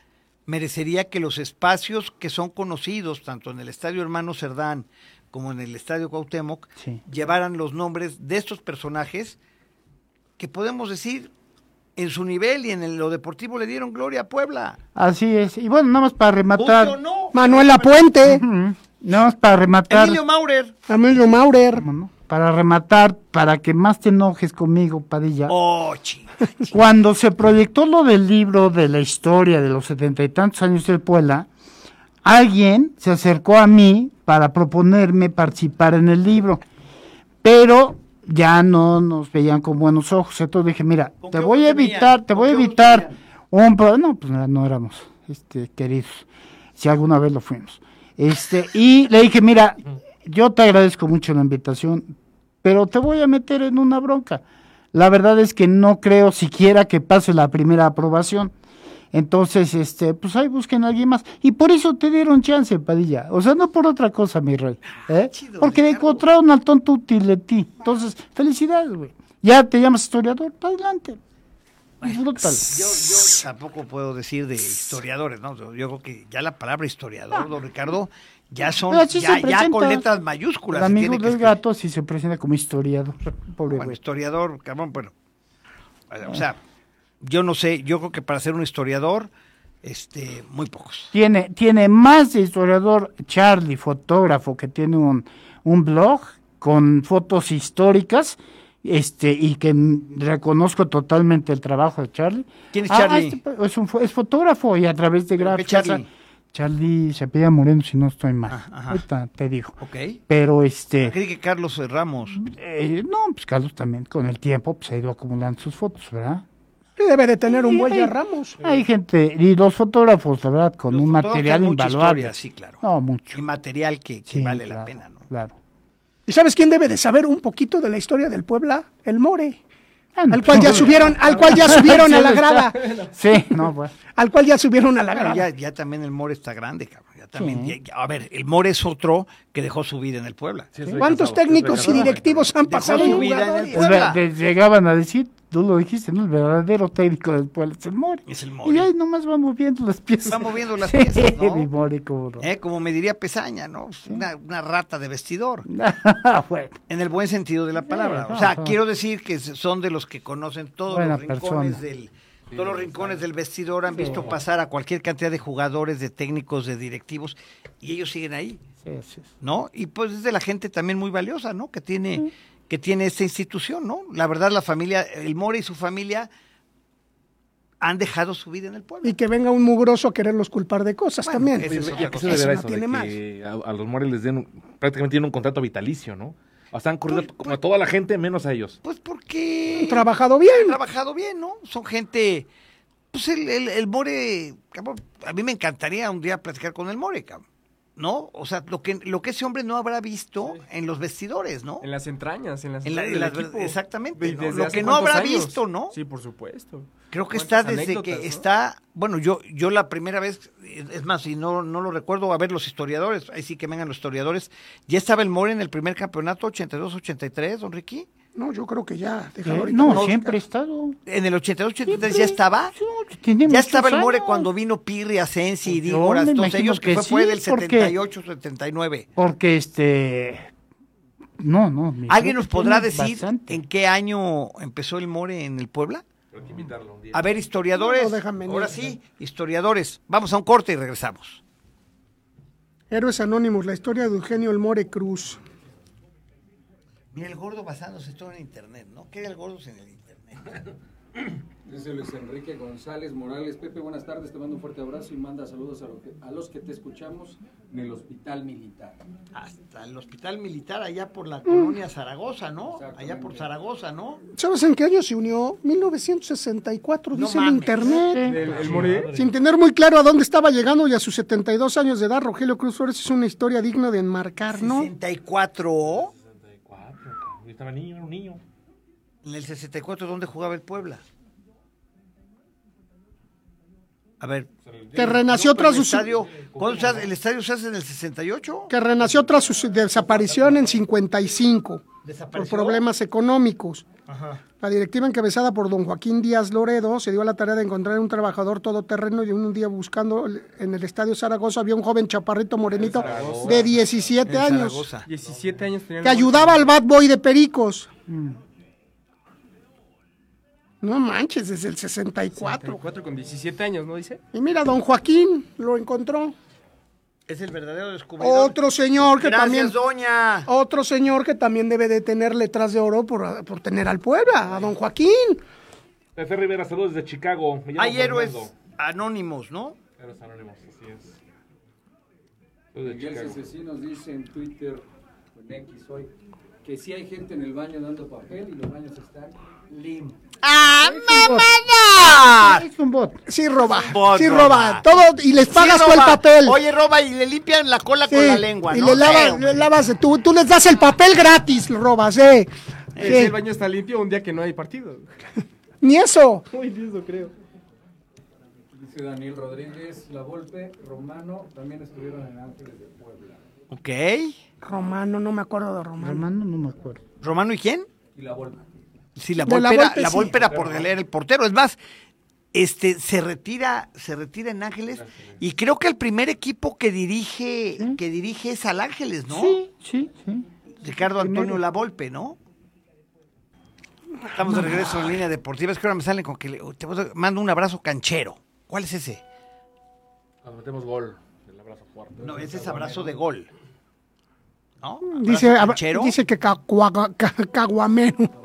merecería que los espacios que son conocidos, tanto en el Estadio Hermano Cerdán como en el Estadio Cuauhtémoc,
Sí.
llevaran los nombres de estos personajes que podemos decir en su nivel y en el- lo deportivo le dieron gloria a Puebla.
Así es. Y bueno, nada más para
Guste
rematar.
o no,
Manuela Puente,
Ujú. Nada más para rematar.
Emilio Maurer.
Emilio Maurer.
¿cómo no? Para rematar, para que más te enojes conmigo, Padilla.
Oh, ching.
*laughs* Cuando se proyectó lo del libro de la historia de los setenta y tantos años del Puebla, alguien se acercó a mí para proponerme participar en el libro, pero ya no nos veían con buenos ojos. Entonces dije, mira,
¿Con
te
qué
voy a
ojos te
evitar,
veían?
te
¿Con
voy a
qué ojos te
evitar
veían?
un problema. No, pues no, no éramos este, queridos, si alguna vez lo fuimos. Este, y le dije, mira, yo te agradezco mucho la invitación, pero te voy a meter en una bronca. La verdad es que no creo siquiera que pase la primera aprobación. Entonces, este, pues ahí busquen a alguien más. Y por eso te dieron chance, Padilla. O sea, no por otra cosa, mi rey. ¿eh?
Ah, chido,
Porque
Ricardo.
encontraron al tonto útil de ti. Entonces, felicidades, güey. Ya te llamas historiador, pa' adelante. Disfrútalo.
pues, Yo, yo tampoco puedo decir de historiadores, ¿no? Yo, yo creo que ya la palabra
Ah.
historiador, don Ricardo, ya son,
Pero así
ya,
se
ya con
Ah, presenta.
letras
El
mayúsculas. se
amigo
tiene que
del
escribir.
gato así se presenta como historiador. *laughs* Pobre
Bueno,
güey. Ah.
historiador, cabrón, bueno. O sea, yo no sé, yo creo que para ser un historiador, este, muy pocos.
Tiene, tiene más de historiador Charlie, fotógrafo, que tiene un, un blog con fotos históricas, este, y que mm, reconozco totalmente el trabajo de Charlie.
¿Quién es
Ah,
Charlie?
este pa- es, un fo- es fotógrafo y a través de
¿Pero qué
gráficas. Charlie?
Charlie?
se apellida Moreno, si no estoy mal.
Ah, ajá.
Ahorita te digo.
Ok.
Pero este.
Creí que Carlos eh, Ramos.
eh, no, pues Carlos también con el tiempo pues, ha ido acumulando sus fotos, ¿verdad?
Debe de tener un
Sí,
buey
hay-
a Ramos.
Hay gente, y los fotógrafos, la verdad, con
Los
un
fotógrafos,
material
mucha
invaluable.
historia, sí, claro.
No, mucho.
Y material que, que
Sí,
vale
claro,
la pena, ¿no?
Claro.
¿Y sabes quién debe de saber un poquito de la historia del Puebla? El More.
Ah,
*laughs*
no,
Al cual ya
pues,
subieron, al cual ya subieron a la grada.
Sí, no, *laughs* pues. bueno.
Al cual ya subieron a la
Bueno, ya,
grada.
ya también el More está grande, cabrón. Ya también, ya- ya- a ver, el More es otro que dejó su vida en el Puebla.
Sí, soy
¿Cuántos
casado,
técnicos y
soy casado.
directivos han
Dejó
pasado
su
en
vida en el
jugadores?
El ver- de- llegaban a decir, tú lo dijiste, ¿no? El verdadero técnico del pueblo es el More.
Es el More.
Y ahí nomás va moviendo las piezas.
Va moviendo las
Sí,
piezas, ¿no?
mi More, cómo no.
Eh, Como me diría Pesaña, ¿no? Pues, Una, una rata de vestidor,
Ah, bueno,
en el buen sentido de la palabra. O sea,
ajá.
quiero decir que son de los que conocen todos
Buena
los rincones
persona.
del... Todos los rincones del vestidor han visto pasar a cualquier cantidad de jugadores, de técnicos, de directivos, y ellos siguen ahí.
sí, sí, sí.
¿no? Y pues es de la gente también muy valiosa, ¿no? Que tiene, que tiene esta institución, ¿no? La verdad, la familia, el More y su familia han dejado su vida en el pueblo.
Y que venga un mugroso a quererlos culpar de cosas
Bueno,
también.
ese es otro
¿Y a qué se
Eso
deberá
no
eso? de
tiene más.
que a, a los Mores les den, un- prácticamente tienen un contrato vitalicio, ¿no? O sea, han corrido como a toda la gente menos a ellos.
Pues porque
Han trabajado bien.
han trabajado bien, ¿no? Son gente, pues el, el, el More, cabrón, a mí me encantaría un día platicar con el More, cabrón, ¿no? O sea, lo que, lo que ese hombre no habrá visto en los vestidores, ¿no?
En las entrañas, en las
En la-
entrañas
en
del
las-
equipo.
exactamente, ¿no?
desde
Lo
hace
que no
cuántos
habrá visto, ¿no?
Sí, por supuesto.
Creo que está
¿Cuántas
desde que
anécdotas, no?
está, bueno, yo yo la primera vez, es más, si no, no lo recuerdo, a ver los historiadores, ahí sí que vengan los historiadores, ya estaba el More en el primer campeonato, 82-83, don Ricky.
No, yo creo que ya.
Eh,
déjalo ahorita.
no, siempre he estado.
En el 82-83
Siempre.
ya estaba.
Sí, tiene
Ya
muchos
estaba el More
años. Pues,
cuando vino Pirri, Asensi y
Yo
Dígoras,
me
todos
imagino
ellos, que,
que
fue, fue
sí,
del
porque-
78-79.
Porque este. No, no. mi
¿Alguien
creo
nos
que
podrá
tiene
decir
bastante.
en qué año empezó el More en el Puebla? A ver,
No,
historiadores,
no, déjame,
ahora
no.
sí, historiadores, vamos a un corte y regresamos.
Héroes Anónimos, la historia de Eugenio El More Cruz.
Mira, el gordo basándose todo en internet, ¿no? ¿Qué era el gordo sin el internet?
Dice Luis Enrique González Morales. Pepe, buenas tardes, te mando un fuerte abrazo y manda saludos a, lo que- a los que te escuchamos en el Hospital Militar.
Hasta el hospital militar allá por la colonia Zaragoza, ¿no? Allá por Zaragoza, ¿no?
¿Sabes en qué año se unió? 1964,
No
dice en
mames.
internet.
El, el More-
Sin tener muy claro a dónde estaba llegando y a sus 72 años de edad, Rogelio Cruz Flores es una historia digna de enmarcar, ¿no?
64.
Yo estaba niño, era un niño.
En el 64, ¿dónde jugaba el Puebla? A ver.
Que renació
No, pero
tras
el
su-
estadio, ¿cuándo se hace? ¿El estadio se hace en el 68?
Que renació tras su desaparición en 55 por
¿Desapareció?
problemas económicos. La directiva encabezada por don Joaquín Díaz Loredo se dio a la tarea de encontrar un trabajador todoterreno y un día buscando el- en el Estadio Zaragoza había un joven chaparrito morenito de 17
En
años
Zaragoza.
17 años tenía el
que
More.
ayudaba al bad boy de Pericos.
Mm.
No manches, desde el 64.
34 con 17 años, ¿no dice?
Y mira, don Joaquín lo encontró.
Es el verdadero descubridor.
Otro señor Oh, que
Gracias,
también...
doña.
Otro señor que también debe de tener letras de oro por, por tener al Puebla, a don Joaquín.
Pepe Rivera, saludos desde Chicago. Me llamo
Hay héroes
Fernando.
anónimos, ¿no?
Héroes anónimos, así es. Saludos de
Miguel
Chicago.
Cececi nos dice en Twitter, o en X hoy, que sí hay gente en el baño dando papel y los baños están limpios.
¡Ah,
Es un bot.
Sí roba,
Bot,
sí
roba.
roba, todo y les pagas
Sí,
tú el
roba.
papel.
Oye, roba y le limpian la cola
Sí,
con la lengua,
y
¿no?
le,
Sí,
lavas,
hombre.
le lavas- tú, tú les das el papel gratis, lo robas, eh.
Eh,
Sí,
El baño está limpio un día que no hay partido.
Ni eso.
Muy lindo, creo.
Dice Daniel Rodríguez, La Volpe, Romano, también estuvieron en Ángeles de Puebla.
Ok.
Romano, no me acuerdo de Romano.
Romano, no me acuerdo.
¿Romano y quién?
Y La Volpe.
Sí, la
De la
Volpe era,
Volpe,
la
sí.
Volpe era por leer el portero. Es más, este, se retira, se retira en Ángeles y creo que el primer equipo que dirige,
¿Mm?
que dirige es al Ángeles, ¿no?
Sí, sí, sí.
Ricardo Antonio La Volpe, ¿no? Estamos de regreso en línea deportiva. Es que ahora me salen con que le- te voy a- mando un abrazo canchero. ¿Cuál es ese?
Cuando metemos gol, el abrazo fuerte.
No, ese es abrazo de gol. ¿No?
Dice,
¿Abrazo
abra-
canchero?
dice que ca- cuaga- ca- caguamero.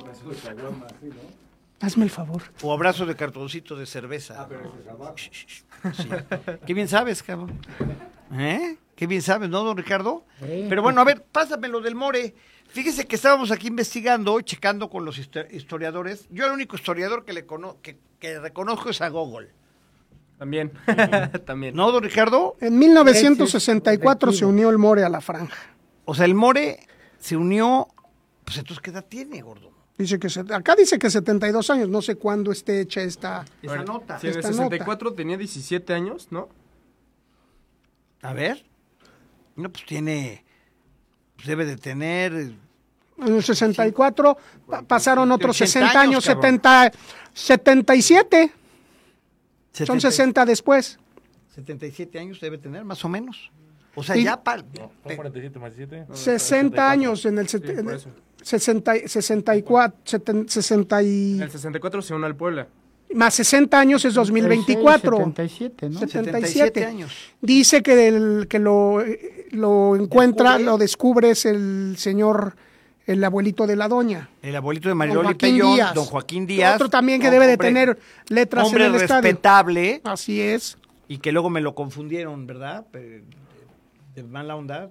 Hazme el favor.
O abrazo de cartoncito de cerveza. Shh, shh, shh. Sí. Qué bien sabes, cabrón. ¿Eh? Qué bien sabes, ¿no, don Ricardo? Pero bueno, a ver, pásame lo del More. Fíjese que estábamos aquí investigando, checando con los histo- historiadores. Yo el único historiador que le cono- que, que reconozco es a Gogol. *laughs*
También, también.
¿No, don Ricardo?
En 1964 se unió el More a la franja.
O sea, el More se unió. Pues entonces, ¿qué edad tiene, gordo?
Dice que se- acá dice que 72 años, no sé cuándo esté hecha esta.
Esa nota.
Si en el
Esta nota.
64 tenía 17 años, ¿no?
A ver. No, pues tiene. pues, debe de tener. eh,
En el 64 pa- pasaron otros
80
60 años,
años, cabrón.
70, 77, son
70
60
Ah,
después.
77 años debe tener, más o menos. O sea,
Y-
ya para.
¿Son 47 más 7?
60 años en el set- en
por
el
eso.
60, y- 64, seten- 60 y-
En el 64 se unió al Puebla.
más 60 años es 2024.
77, ¿no?
77
77.
años.
Dice que, el, que lo, eh, lo encuentra, lo descubre es el señor, el abuelito de la doña.
El abuelito de
Don
Marioli
Joaquín
Pellón,
Díaz.
don Joaquín Díaz.
Otro también que
hombre-
debe de tener letras
Hombre
en el estadio. Ah.
respetable
Así es.
y que luego me lo confundieron, ¿verdad? Pero, De mala onda.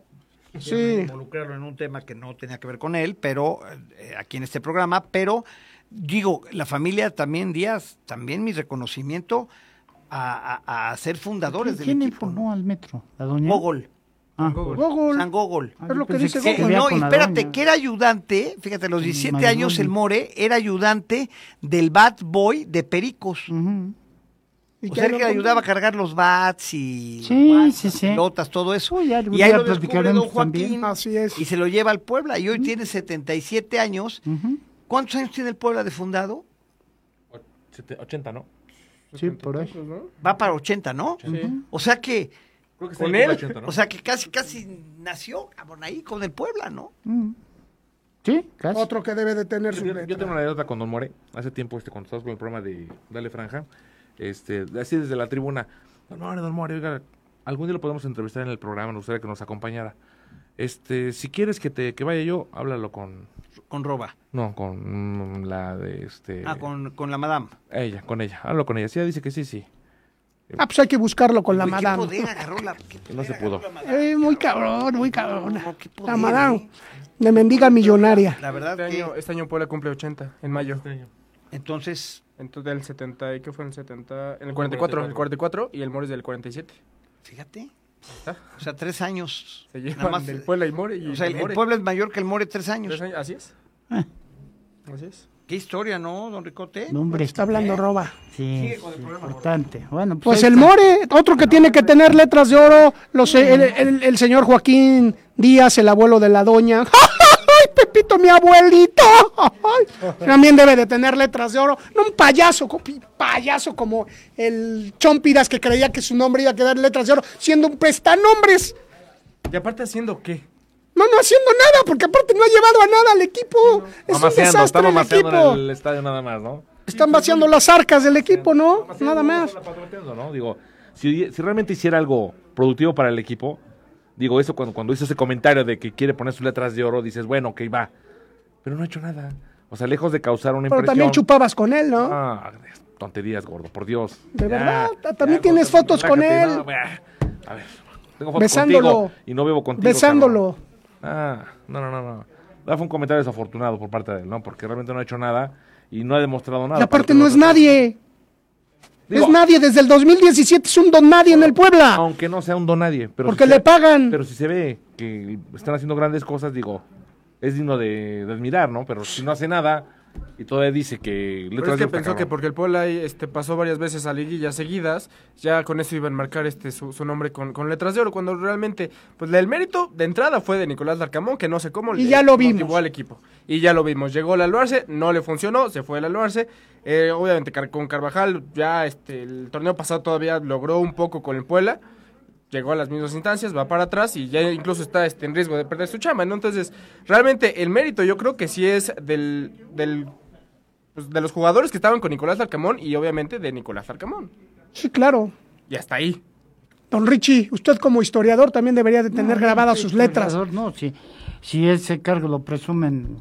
Sí.
Involucrarlo en un tema que no tenía que ver con él, pero eh, aquí en este programa. Pero digo, la familia también, Díaz, también mi reconocimiento a, a- a ser fundadores del
¿Quién
equipo.
informó
¿no?
al metro? ¿La doña?
Gogol,
Ah.
Google.
San Gogol.
Ah,
Es lo
yo
que
pensé
dice
Que-
Gogol.
seguía
no,
con la
espérate,
doña.
que era ayudante, fíjate, a los 17
Mario
años el
Luna.
More era ayudante del Bat Boy de Pericos.
Ujú.
Y
O
que
sea,
ahí
el que
lo-
ayudaba a cargar los bats y
Sí,
guantes,
sí, sí.
pelotas, todo eso.
Uy, ya algún
y ahí
día
lo descubre
platicaremos
don Joaquín
también.
Así es.
y se lo lleva al Puebla. Y hoy tiene 77 años.
Ujú.
¿Cuántos años tiene el Puebla de fundado?
80, ¿no?
Sí, por ahí.
¿no?
Va para 80, ¿no?
Sí.
O sea que,
Creo que
¿Con
está en
él?
80, ¿no?
o sea que casi, casi nació cabrón, ahí con el Puebla, ¿no?
Ujú. Sí, casi.
Otro que debe de tener su
Yo, yo
letra.
tengo una anécdota con Don More. Hace tiempo, este, cuando estábamos con el programa de Dale Franja, este, así desde la tribuna, Don More, Don More, oiga, algún día lo podemos entrevistar en el programa, nos gustaría que nos acompañara. Este, si quieres que te que vaya yo, háblalo con
Con Roba.
no, con mm, la de este
Ah, con, con la Madame.
ella, con ella. Háblalo con ella. Si ella dice que sí, sí.
Ah, pues hay que buscarlo con la
Uy, ¿Qué
madame.
poder agarró la, qué
No se
poder
pudo.
agarró la madame?
Eh, muy cabrón, muy cabrón.
No, qué poder,
La madame.
eh.
De mendiga millonaria.
La verdad
Este
que
año, este año Puebla cumple 80, en mayo.
entonces
Entonces, del 70, ¿y ¿qué fue? En el 70, en el 44, el 44 y el Mores del 47.
Fíjate. O sea, tres años.
Se
Nada
llevan
más.
del Puebla y More y
o sea, el, Eh.
del
el
More.
pueblo es mayor que el More tres años.
Tres años, Así es. Así es.
Qué historia, ¿no, don Ricote?
No, hombre.
Está hablando roba.
Sí, sí, importante. Bueno,
Pues
ahí
el
está.
More, otro que tiene que tener letras de oro, los, eh, el, el- el señor Joaquín Díaz, el abuelo de la doña. *laughs* ¡Ay, Pepito, mi abuelito! ¡Ay! También debe de tener letras de oro. No un payaso, co- pi- payaso como el Chompiras que creía que su nombre iba a quedar en letras de oro, siendo un prestanombres.
Y aparte, ¿haciendo qué?
No, no haciendo nada, porque aparte no ha llevado a nada al equipo. Es un
Mamaseando,
desastre
estaba
el
mamaseando
equipo.
en el estadio nada más, ¿no?
Están vaciando las arcas del equipo, ¿no? Nada más.
Está patroteando, ¿no? Digo, si, si realmente hiciera algo productivo para el equipo, digo, eso cuando, cuando hizo ese comentario de que quiere poner sus letras de oro, dices, bueno, que va. Pero no ha hecho nada. O sea, lejos de causar una
Pero
impresión.
también chupabas con él, ¿no?
Ah, tonterías, gordo, por Dios.
De verdad, ta- también tienes fotos con
relájate,
él.
no, bah. "Ah, a ver, tengo fotos
Besándolo.
contigo y no bebo contigo.
Besándolo.
cabrón. Ah, no, no, no, no. Ah, Fue un comentario desafortunado por parte de él, ¿no? Porque realmente no ha hecho nada y no ha demostrado nada.
Y aparte
Aparte
no es
demostrado-
nadie.
Digo,
es nadie, desde el 2017 es un don nadie en el *laughs* Puebla.
Aunque no sea un don nadie. Pero
porque
si
le
se-
pagan.
Pero si se ve que están haciendo grandes cosas, digo, es digno de, de admirar, ¿no? Pero si no hace nada y todavía dice que...
Pero
letras
es que
de
pensó que porque el Puebla ahí, este, pasó varias veces a liguillas seguidas, ya con eso iban a marcar este, su, su nombre con, con letras de oro, cuando realmente, pues el mérito de entrada fue de Nicolás Larcamón, que no sé cómo
Y ya lo vimos.
motivó al equipo. Y ya lo vimos, llegó el Aluarse, no le funcionó, se fue el Aluarse. Eh, obviamente Car- con Carvajal, ya este, el torneo pasado todavía logró un poco con el Puebla, llegó a las mismas instancias, va para atrás y ya incluso está este, en riesgo de perder su chama, ¿no? Entonces, realmente el mérito yo creo que sí es del, del pues, de los jugadores que estaban con Nicolás Larcamón y obviamente de Nicolás Larcamón.
Sí, claro.
Y hasta ahí.
Don Richie, usted como historiador también debería de tener grabadas sus letras.
Obrador, No, si, si ese cargo lo presumen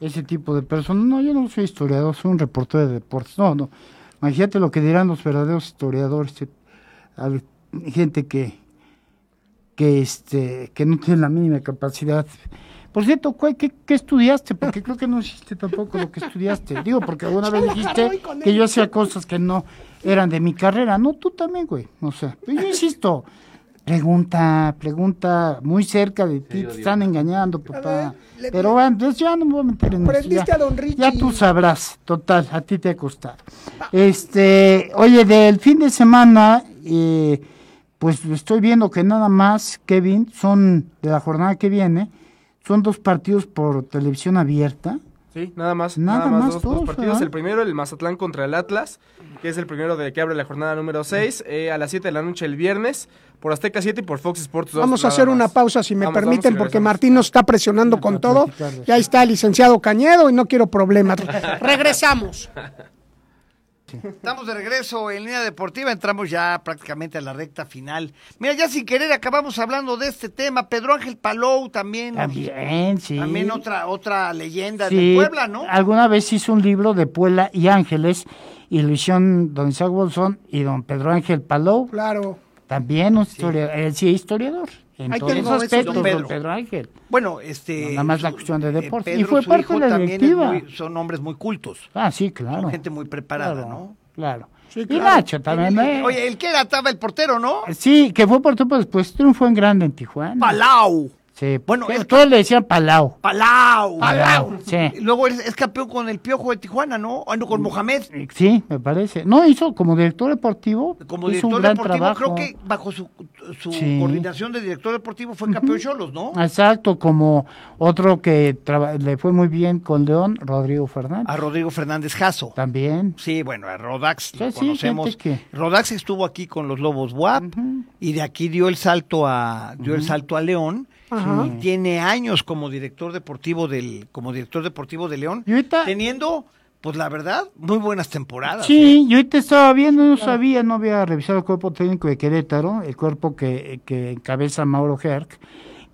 ese tipo de personas. No, yo no soy historiador, soy un reportero de deportes. No, no. Imagínate lo que dirán los verdaderos historiadores. eh, al- gente que, que, este, que no tiene la mínima capacidad. Por cierto, ¿cuál- qué, qué estudiaste? Porque creo que no hiciste tampoco lo que estudiaste. Digo, porque alguna vez dijiste que yo hacía cosas que no eran de mi carrera. No, tú también, güey. O sea, pero yo insisto. Pregunta, pregunta, muy cerca de ti, te están engañando, papá.
le-
Pero bueno, pues ya no me voy a meter en
Prendiste
eso. ya-
a don Richie.
Ya tú sabrás, total, a ti te ha costado. Este, oye, del fin de semana, eh, pues estoy viendo que nada más, Kevin, son de la jornada que viene, son dos partidos por televisión abierta.
Sí, nada más.
Nada
Nada, más,
más
dos,
dos,
dos partidos.
¿verdad?
El primero, el Mazatlán contra el Atlas, que es el primero de que abre la jornada número 6,
Mm.
a las 7 de la noche el viernes, por Azteca 7 y por Fox Sports 2.
Vamos a
nada
hacer
más.
una pausa, si me
pues, Vamos, vamos
permiten,
y
porque
regresamos.
Martín nos está presionando con
para
todo.
platicar de
Y ahí está el licenciado Cañedo y no
*laughs*
quiero problemas.
*laughs*
Regresamos.
Estamos de regreso en línea deportiva, entramos ya prácticamente a la recta final. Mira, ya sin querer acabamos hablando de este tema. Pedro Ángel Palou también.
También, sí.
También otra, otra leyenda
Sí, Ah.
de Puebla, ¿no?
Alguna vez hizo un libro de Puebla y Ángeles, y lo hicieron don Isaac Bolsón y don Pedro Ángel Palou,
Claro.
también un historiador, él sí es historiador. En
Ahí
todos
tengo
los
eso,
aspectos,
don Pedro.
don Pedro Ángel.
Bueno, este.
No, nada más la
su-
cuestión de
eh,
deporte.
Pedro,
Y fue
su
parte
hijo
de la
también es
directiva.
muy- son hombres muy cultos,
Ah, sí, claro.
gente muy preparada,
claro,
¿no?
Claro.
Sí,
Y
claro.
Nacho también. ¿eh?
Oye, el que era estaba el portero, ¿no?
Sí, que fue por tiempo después, triunfó en grande en Tijuana.
Palau.
Sí,
Bueno,
bueno,
es-
todos le decían Palau.
Palau.
Palau, sí.
Y Luego es, es campeón con el Piojo de Tijuana, ¿no? Ah, no, con Mohamed.
Sí, me parece. No, hizo como director deportivo,
Como
hizo
director
un gran
deportivo, creo
trabajo.
que bajo su, su
Sí.
coordinación de director deportivo fue campeón Cholos, ¿no?
Exacto, como otro que traba- le fue muy bien con León, Rodrigo Fernández.
A Rodrigo Fernández Jasso.
También.
Sí, bueno, a Rodax lo
Sí, sí,
conocemos.
gente
Rodax estuvo aquí con los Lobos WAP y de aquí dio el salto a dio el salto a León.
Ajá.
Y tiene años como director deportivo del como director deportivo de León,
Y ahorita-
teniendo pues la verdad muy buenas temporadas. ¿eh?
Sí, yo ahorita estaba viendo, no sabía, no había revisado el cuerpo técnico de Querétaro, el cuerpo que, que encabeza Mauro Herc,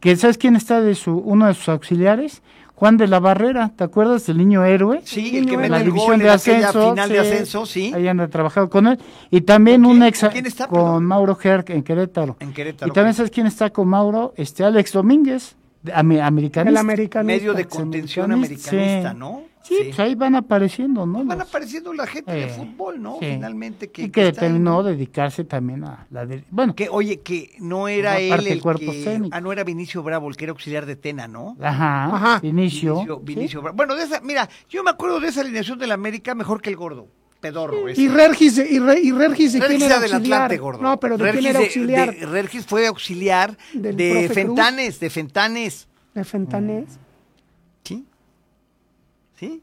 que ¿sabes quién está de su, uno de sus auxiliares? Juan de la Barrera, ¿te acuerdas del niño héroe?
Sí, el que
En
mete el gol en aquella final de ascenso, sí.
Ahí anda trabajado con él. Y también
¿Con
un
quién-
ex
con quién está,
con
perdón?
Mauro Herc en Querétaro.
En Querétaro,
Y también
ok.
sabes quién está con Mauro, este Alex Domínguez, de- ame- americanista.
El americano.
Medio de contención americanista,
sí.
¿no?
Sí, pues ahí van apareciendo, ¿no?
Van
Los-
apareciendo la gente de
eh,
fútbol, ¿no?
sí.
Finalmente que
y que
está ahí,
determinó
¿no?
dedicarse también a la dir- bueno
Que, oye, que no era
Forma parte
él
del
el
cuerpo
que...
escénico.
Ah, no era Vinicio Bravo, el que era auxiliar de Tena, ¿no?
ajá,
Ajá.
inicio,
Vinicio, Vinicio Bravo. Bueno, de esa, mira, yo me acuerdo de esa alineación del América mejor que el gordo. Pedorro. ese.
Y Regis, de- y, Re- y Regis de
Regis
quién
era
era
del
auxiliar.
Atlante, gordo.
No, pero de quién era
de-
auxiliar.
de- Regis fue auxiliar
Del
de
profe
Fentanes, de Fentanes.
De Fentanés.
Mm. ¿Sí? ¿Sí?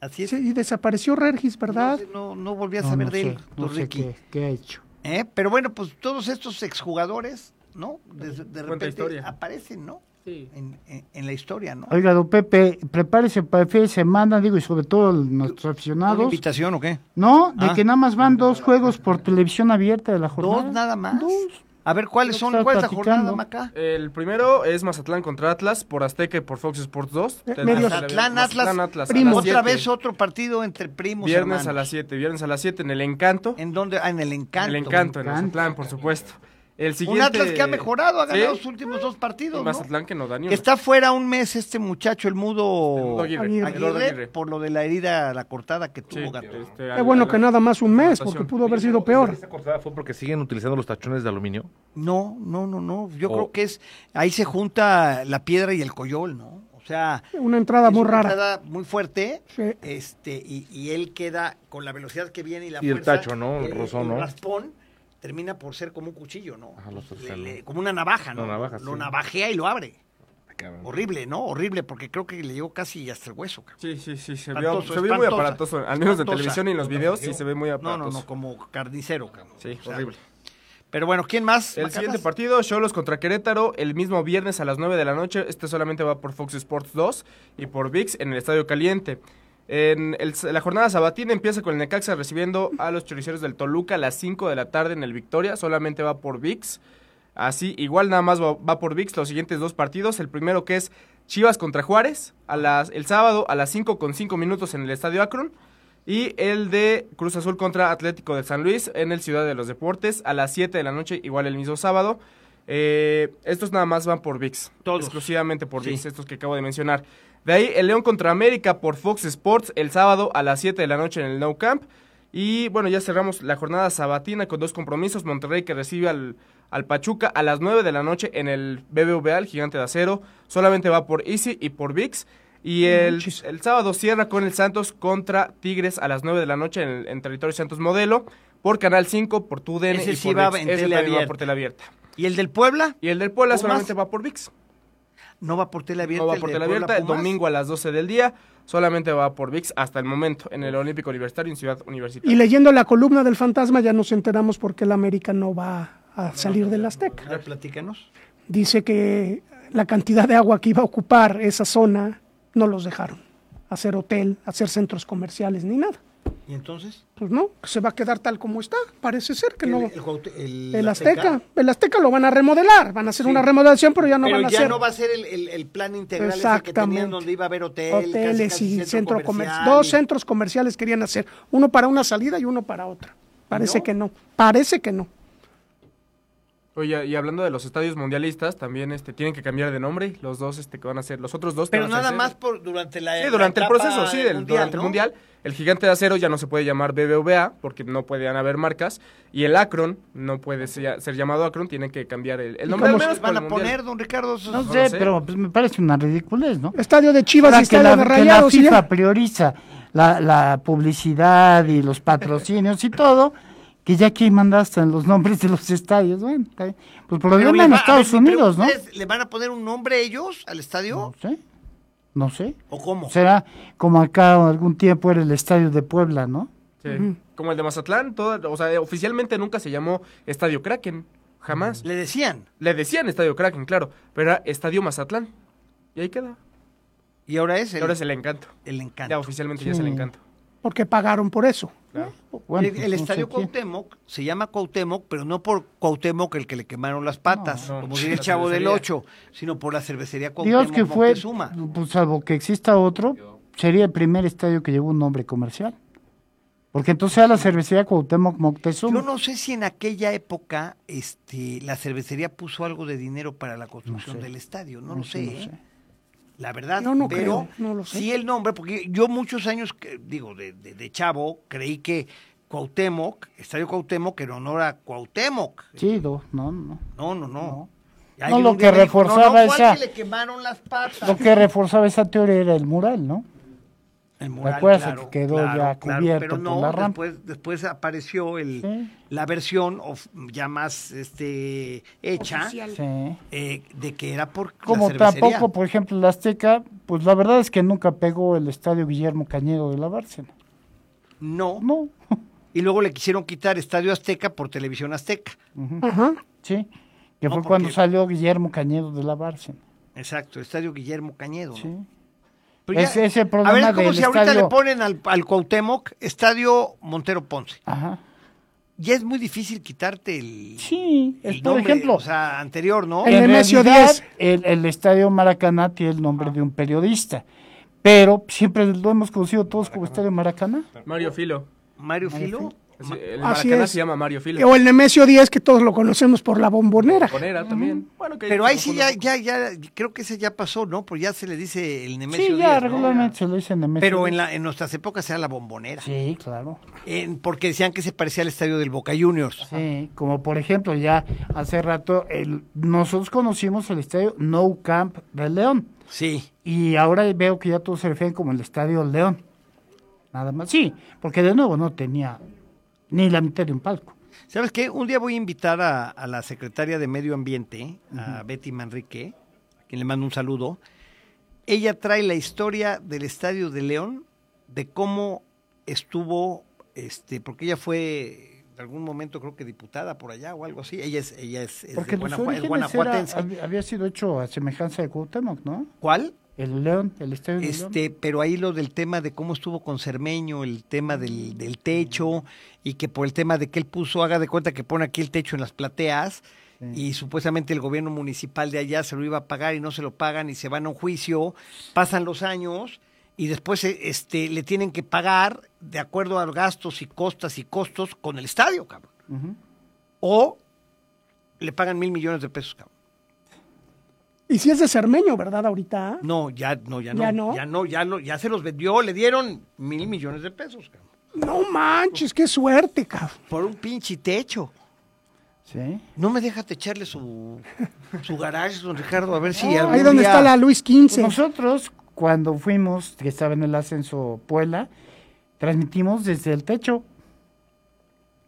Así es.
Sí, y desapareció Regis,
No,
¿verdad?
sé, no, no volví a
No,
saber
no
de
sé,
él,
no
don
sé
Ricky.
qué, qué ha hecho
¿Eh? Pero bueno, pues todos estos exjugadores, ¿no? De, de repente
historia.
aparecen, ¿no? En, en- en la historia, ¿no?
oiga don Pepe prepárese para el fin de semana digo y sobre todo el- nuestros
¿Una
aficionados
invitación o qué?
no de
Ah.
que nada más van dos juegos por televisión abierta de la jornada
¿Dos nada más?
Dos.
A ver, ¿cuáles
Lo que
son?
estaba
¿Cuál es la jornada,
platicando.
Maca?
El primero es Mazatlán contra Atlas, por Azteca y por Fox Sports 2.
Eh,
Te-
medio-
Mazatlán, Atlas,
Mazatlán, Atlas, a
primo.
las
Otra
siete.
vez otro partido entre primos
Viernes a
hermanos.
las 7, viernes a las 7 en El Encanto.
¿En dónde? Ah, en el encanto.
El Encanto, en
Encanto.
Mazatlán, por supuesto. El
Un
siguiente...
Atlas que ha mejorado, ha
Sí,
ganado sus últimos dos
y
partidos, ¿no?
Mazatlán que no da ni
Que
una.
Está fuera un mes este muchacho, el mudo
Eduardo Aguirre.
Aguirre.
Eduardo
Aguirre,
Aguirre.
por lo de la herida, la cortada que tuvo
Sí,
Gato.
este,
Qué
al-
bueno
al-
que nada más un mes, porque
anotación.
pudo haber sido peor.
Esta cortada fue porque siguen utilizando los tachones de aluminio.
No, no, no, no. Yo
O-
creo que es ahí se junta la piedra y el coyol, ¿no? O sea,
Una entrada
es
muy
una
rara.
entrada muy fuerte.
Sí.
Este y, y él queda con la velocidad que viene y la
Y el
fuerza, eh,
tacho, ¿no? El rozón, ¿no?
raspón termina por ser como un cuchillo, ¿no?
Ajá, lo torce,
Le-
¿no?
le- como una navaja, ¿no?
Una navaja,
lo
sí. Ah,
navajea y lo abre.
Cabrón.
Horrible, ¿no? Horrible, porque creo que le llegó casi hasta el hueso. cabrón.
Sí, sí, sí, se vio,
Espantoso,
se vio muy
espantosa.
aparatoso, al menos de
Espantosa.
televisión y en los videos sí se ve muy
No,
aparatoso.
no, no, como carnicero, cabrón.
Sí,
O sea,
horrible.
Pero bueno, ¿quién más?
El
Macanas?
siguiente partido, Cholos contra Querétaro, el mismo viernes a las 9 de la noche. Este solamente va por Fox Sports 2 y por VIX en el Estadio Caliente. En el- la jornada sabatina empieza con el Necaxa recibiendo a los choriceros del Toluca a las 5 de la tarde en el Victoria. Solamente va por VIX. Así, igual nada más va, va por VIX los siguientes dos partidos. El primero que es Chivas contra Juárez, a las, el sábado a las 5 con 5 minutos en el Estadio Akron. Y el de Cruz Azul contra Atlético de San Luis en el Ciudad de los Deportes a las 7 de la noche, igual el mismo sábado. Eh, estos nada más van por VIX.
Todos.
Exclusivamente por
Sí.
VIX, estos que acabo de mencionar. De ahí el León contra América por Fox Sports el sábado a las 7 de la noche en el No Camp. Y bueno, ya cerramos la jornada sabatina con dos compromisos. Monterrey que recibe al, al Pachuca a las 9 de la noche en el BBVA, el Gigante de Acero. Solamente va por Easy y por VIX. Y el, el sábado cierra con el Santos contra Tigres a las 9 de la noche en, el- en territorio Santos Modelo. Por Canal 5, por TUDN
Ese
y
sí
por
va
ViX.
en
Ese
tele
también va
abierta.
por tele abierta.
¿Y el del Puebla?
Y el del Puebla
Pumas.
solamente va por VIX.
No va por tela abierta.
No va
el
por
de
tele
Puebla
abierta. El
Pumas.
domingo a las 12 del día solamente va por VIX hasta el momento en el Olímpico Libertario en Ciudad Universitaria.
Y leyendo la columna del fantasma ya nos enteramos por qué el América no va a salir del Azteca.
A ver, platícanos.
Dice que la cantidad de agua que iba a ocupar esa zona no los dejaron hacer hotel, hacer centros comerciales ni nada.
¿Y entonces?
Pues no, que se va a quedar tal como está, parece ser que no.
El, el Cuaute- el
El Azteca, el Azteca lo van a remodelar, van a hacer una remodelación, pero ya Ah, no
Pero
van a
ya
hacer
no va a ser el, el- el plan integral ese que
Exactamente.
tenían donde iba a haber hotel, casi,
hoteles
casi
y centro, comercial.
comercial
Dos
y-
centros comerciales querían hacer, uno para una salida y uno para otra. Parece que no, parece que no.
Oye, y hablando de los estadios mundialistas, también este tienen que cambiar de nombre, los dos este que van a ser, los otros dos que
Pero
van a
nada
ser-
más por durante la
Sí, durante
la
el
etapa
proceso, sí, del- durante el
¿no?
mundial, el gigante de acero ya no se puede llamar BBVA porque no podían haber marcas y el Akron no puede ser, ser llamado Akron, tienen que cambiar el, el
¿Y
nombre. al
cómo
¿Qué
menos
van a
por el
poner,
mundial.
don Ricardo? Esos-
No
no
sé,
sé.
pero pues, me parece una ridiculez, ¿no?
Estadio de Chivas y
Ahora que
estadio
la,
de
que la
Rayados. y ya.
FIFA prioriza la, la publicidad y los patrocinios y todo, que ya aquí mandaste en los nombres de los estadios, bueno, está bien. pues por lo
Pero
menos
le
en
va- a
Estados
ver, mi
Unidos, ¿no?
pregunta es, ¿Le van a poner un nombre ellos al estadio?
No sé, no sé.
¿O cómo?
Será como acá algún tiempo era el estadio de Puebla, ¿no?
Sí, Como el de Mazatlán, todo, o sea, oficialmente nunca se llamó Estadio Kraken, jamás.
Le decían.
Le decían Estadio Kraken, claro, pero era Estadio Mazatlán. Y ahí queda.
Y ahora es
Y
el,
ahora es el encanto.
el
Ya
encanto.
oficialmente ya es el
Sí.
encanto.
porque pagaron por eso.
Bueno,
el,
pues,
el
no sé
estadio
quién.
Cuauhtémoc se llama Cuauhtémoc, pero no por Cuauhtémoc el que le quemaron las patas,
No, no,
como diría el
la
chavo del
cervecería.
8, sino por la cervecería Cuauhtémoc
Dios que fue,
Moctezuma.
pues, salvo que exista otro, sería el primer estadio que llevó un nombre comercial. Porque entonces era la cervecería Cuauhtémoc Moctezuma.
Yo no sé si en aquella época este, la cervecería puso algo de dinero para la construcción
No sé.
del estadio, no,
No
lo
sé,
sé,
no
¿eh?
sé.
la verdad,
No, no
pero
creo, no lo sé.
sí el nombre, porque yo muchos años, que- digo, de, de- de chavo, creí que Cuauhtémoc, Estadio Cuauhtémoc, en honor a Cuauhtémoc.
Chido, no, no.
No, no, no.
No,
Alguien
lo
un día
que
me dijo,
reforzaba
no, no, fue al
esa-
que le quemaron las patas.
Lo que reforzaba esa teoría era el mural, ¿no?
El mural,
acuerdas que quedó ya cubierto
pero
por
no,
la rampa?
Después, después apareció el,
Sí.
la versión of- ya más este, hecha
Sí.
eh, de que era por la
Como
cervecería.
tampoco, por ejemplo, el Azteca, pues la verdad es que nunca pegó el estadio Guillermo Cañedo de la Bárcena.
No.
No, *laughs*
Y luego le quisieron quitar Estadio Azteca por Televisión Azteca.
Ajá.
sí. Que
No,
fue
porque-
cuando salió Guillermo Cañedo de la Bárcena.
Exacto, Estadio Guillermo Cañedo. ¿no?
Sí.
Pero ya-
Ese- ese
a ver,
problema
es como
del
si ahorita
estadio-
le ponen al, al Cuauhtémoc Estadio Montero Ponce.
Ajá.
Ya es muy difícil quitarte el,
Sí,
el
es por
nombre,
ejemplo.
o sea, anterior, ¿no?
El
en
Nemesio
realidad,
10.
El, el estadio Maracaná tiene el nombre de un periodista. Pero siempre lo hemos conocido todos como Estadio Maracaná.
Mario Filo.
Mario Filo.
Así- El
Así
Maracaná
es.
se llama Mario Filo.
O el Nemesio 10 que todos lo conocemos por la bombonera.
Conera también. Bueno, que
Pero ahí sí ya,
confunde-
ya, ya, creo que ese ya pasó, ¿no? Pues ya se le dice el Nemesio
Sí, ya
10, ¿no?
regularmente se lo dicen Nemesio.
Pero en,
10.
la, en nuestras épocas era la bombonera.
Sí, claro.
En- porque decían que se parecía al estadio del Boca Juniors.
Sí, como por ejemplo, ya hace rato el- nosotros conocimos el estadio No Camp de León.
Sí.
Y ahora veo que ya todos se refieren como el estadio León. Nada más. Sí, porque de nuevo no tenía ni la mitad de un palco.
¿Sabes qué? Un día voy a invitar a, a la secretaria de Medio Ambiente, a Betty Manrique, a quien le mando un saludo. Ella trae la historia del Estadio de León, de cómo estuvo, este, porque ella fue en algún momento creo que diputada por allá o algo así. Ella es, ella es, es de
Porque los
Guanaju- es
orígenes era-
guanajuatense.
hab- había sido hecho a semejanza de Cuauhtémoc, ¿no?
¿Cuál?
El León, el Estadio del León.
Este, pero ahí lo del tema de cómo estuvo con Cermeño, el tema del, del techo, y que por el tema de que él puso, haga de cuenta que pone aquí el techo en las plateas, y supuestamente el gobierno municipal de allá se lo iba a pagar y no se lo pagan, y se van a un juicio, pasan los años, y después eh, este, le tienen que pagar de acuerdo a los gastos y costas y costos con el estadio, cabrón. O le pagan mil millones de pesos, cabrón.
Y si es de Cermeño, ¿verdad? Ahorita.
No, ya no, ya no.
¿Ya
Ya
no?
no, ya, lo- ya se los vendió, le dieron mil millones de pesos, cabrón.
No manches, qué suerte, cabrón.
Por un pinche techo.
Sí.
No me deja techarle su, su garage, don Ricardo, a ver si algún
Ahí donde
día-
está la Luis 15.
Pues Nosotros, cuando fuimos, que estaba en el ascenso Puebla, transmitimos desde el techo.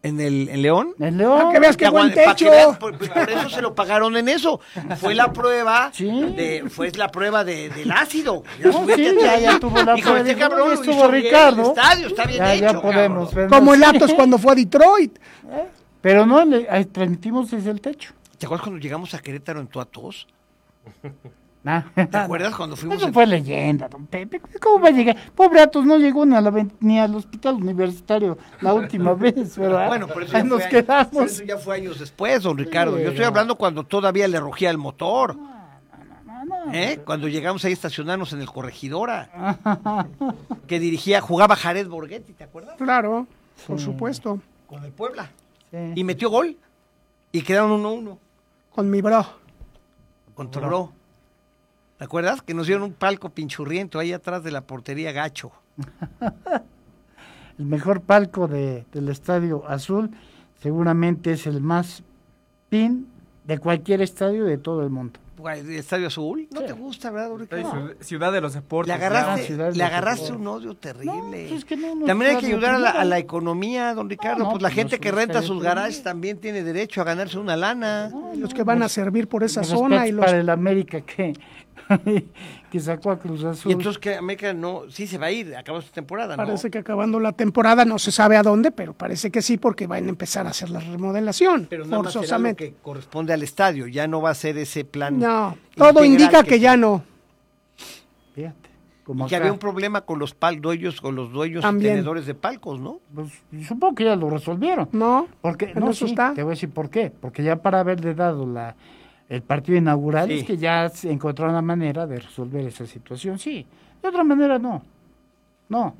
¿En, el, en León?
El León.
que veas qué
Para Ah,
buen
que
techo.
veas, por, pues, por eso se lo pagaron en eso. Fue la prueba
Sí.
de, fue la prueba de- del ácido.
No, sí,
*laughs*
ya- ya tuvo la
Hijo,
prueba.
este
Dijo,
cabrón
ya
lo
estuvo
hizo bien,
Ricardo.
el estadio está bien
ya,
hecho,
ya podemos
cabrón.
vernos.
Como el Atos cuando fue a Detroit.
Pero no, le- ahí transmitimos desde el techo.
¿Te acuerdas cuando llegamos a Querétaro en Tuatos?
Nah.
¿Te acuerdas cuando Ah, fuimos
*laughs* Eso
en-
fue leyenda, don Pepe. ¿Cómo va a llegar? Pobre Atos, no llegó ni, a la ven- ni al hospital universitario
*laughs*
la última vez, ¿verdad?
Bueno, pero eso ya
Ahí nos
fue años- pero
quedamos.
eso ya fue años después, don Ricardo. Yo estoy
no.
hablando cuando todavía le rugía el motor.
No, no.
¿eh? Cuando llegamos ahí a estacionarnos en el
*laughs*
Corregidora. que dirigía, jugaba Jared Borghetti, ¿te acuerdas?
Claro, por supuesto.
Con el Puebla.
Sí.
Y metió gol. Y quedaron 1-1
Con mi bro.
contra el Bro. ¿Te acuerdas? Que nos dieron un palco pinchurriento ahí atrás de la portería gacho.
El mejor palco de, del Estadio Azul seguramente es el más pin de cualquier estadio de todo el mundo.
Guay, Pues, el Estadio Azul. No te gusta, ¿verdad, don
Estadio
Ricardo?
Ciud- Ciudad de los Deportes.
Le
Ah,
agarraste,
Ciudad de
le agarraste
México.
un odio terrible.
pues es que no, no
también hay
es
que
la
ayudar a la,
primera.
a la economía, don Ricardo.
no,
pues la
pues
gente
no
que
se
renta
busca
sus
de economía.
garages también tiene derecho a ganarse una lana.
Los que van a servir por esa
Mis
zona
respetos
y los.
para el América que, *laughs* que sacó a Cruz Azul.
Y entonces que América no, sí se va a ir, acaba su temporada, ¿no?
Parece que acabando la temporada no se sabe a dónde, pero parece que sí porque van a empezar a hacer la remodelación
Pero nada más será lo
forzosamente.
que corresponde al estadio, ya no va a ser ese plan.
No, todo
integral
indica que, ya no.
Fíjate,
Y
como
que
acá.
había un problema con los pal dueños, con los dueños y
También.
tenedores de palcos, ¿no?
Pues, supongo que ya lo resolvieron.
No,
Porque
en
no
eso
sí,
está.
te voy a decir por qué, porque ya para haberle dado la el partido inaugural
Sí.
es que ya se encontró una manera de resolver esa situación, sí. De otra manera no. No.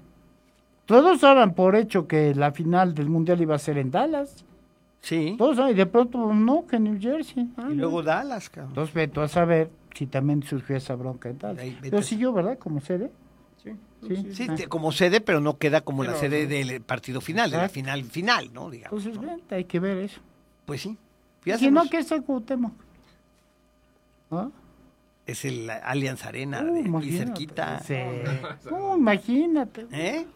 Todos daban por hecho que la final del mundial iba a ser en Dallas.
Sí.
Todos daban, y de pronto no, que en New Jersey. Ah,
Y
no.
luego Dallas, cabrón.
Entonces vete tú a saber si también surgió esa bronca en Dallas.
Ahí, vete
Pero
a-
siguió, ¿verdad? Como sede. Sí.
Sí,
Ah.
te- como sede, pero no queda como la sede del partido final, de la
Exacto. Pues,
final final, ¿no? Digamos.
Entonces,
¿no?
vente, hay que ver eso.
Pues sí.
Si no,
Fíjate,
que es el Cuauhtémoc. ¿Ah?
es el Allianz Arena,
Uh,
Ah, de aquí
imagínate.
cerquita.
pues,
*laughs*
Sí. Uh, imagínate.
¿Eh?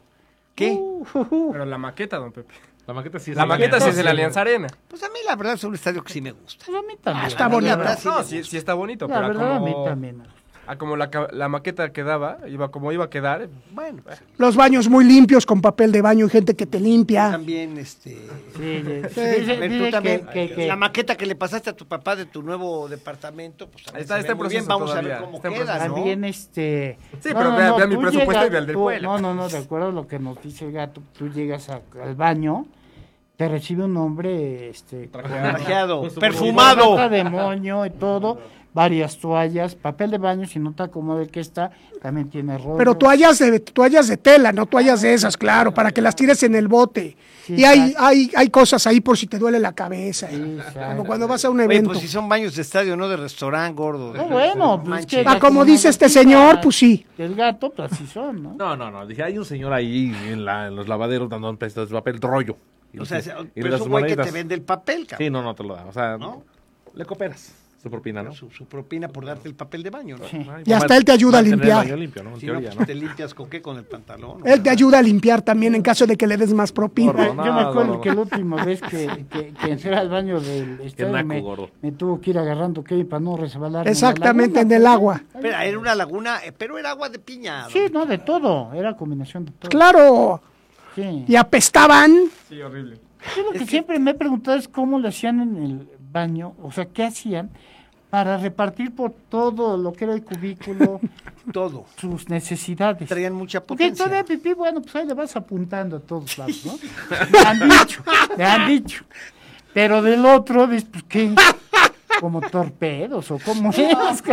¿Qué?
Uh, uh, uh.
Pero la maqueta, don Pepe.
La maqueta sí es
La
el
maqueta sí es
Alianza.
en la Alianza Arena.
Pues a mí la verdad es un estadio que sí me gusta.
Pues a mí también.
está
La
bonito.
verdad,
Ah, sí,
no,
me
sí,
gusta.
sí está bonito,
La
pero
verdad,
a
a mí
como,
también.
a como la, ca- la maqueta quedaba, iba como iba a quedar,
Bueno, pues,
los baños muy limpios con papel de baño y gente que te limpia.
también este
Sí, sí, sí.
Pero
Dice-
tú
dice que-
también,
que- que-
la maqueta que le pasaste a tu papá de tu nuevo departamento, pues también
Está-
se ve
está en
muy bien,
proceso
vamos a
todavía,
ver cómo
está en
queda,
proceso.
¿no?
También este.
Sí, pero vea- vea mi
tú
presupuesto y
llegas-
vea el del
tú-
Puebla.
No, no, no, de acuerdo a lo que nos dice el gato. Tú llegas a- al baño, te recibe un hombre este,
*laughs*
Ah,
Trajeado,
pues,
Con
perfumado.
bata de moño y todo, varias toallas, papel de baño, si no te acomoda el que está, también tiene rollo.
Pero toallas de, toallas de tela, no toallas de esas, claro, para que las tires en el bote.
Sí,
y hay,
exacto.
hay, hay cosas ahí por si te duele la cabeza.
Sí, exacto.
Como cuando vas a un
Oye,
evento.
pues si son baños de estadio, no de restaurante, gordo.
No, bueno, pues
Manches.
que
Ah,
ya
como
tiene
dice este
gatita,
señor, pues sí.
El gato, pues así son, ¿no?
No, no, no. Dije, hay un señor ahí en, la- en los lavaderos dando un pedazo de papel rollo. Y
O sea,
los- y
pero
las
es un güey que
moneditas.
te vende el papel,
Sí,
cabrón.
no, no te lo da. O sea,
¿No?
le cooperas su propina, ¿no?
Su, su propina por darte el papel de baño, ¿no?
Sí.
Ay,
Y hasta
mamá,
él te ayuda a
mantener el
limpiar.
baño limpio, ¿no? En
Si no,
teoría,
pues,
¿no?
te limpias con qué, con el pantalón. ¿no?
Él te ayuda a limpiar también en caso de que le des más propina.
Gordo.
Yo me acuerdo
no.
que la última vez que, que, que entré al baño del estadio
naco,
me,
gordo.
me tuvo que ir agarrando que para no resbalar.
Exactamente, en el agua.
Espera, era una laguna, eh, pero era agua de piña.
Sí, no, de todo, era combinación de todo.
Pues Claro,
Sí.
y apestaban.
sí, horrible.
Yo lo que siempre me he preguntado es cómo le hacían en el baño, o sea, qué hacían para repartir por todo lo que era el cubículo
Todo.
sus necesidades.
Traían mucha
Porque
potencia.
todavía pipí, bueno, pues ahí le vas apuntando a todos lados, ¿no? Le han dicho, le han dicho. Pero del otro, dices, pues, ¿qué? Como torpedos, o cómo *laughs* es.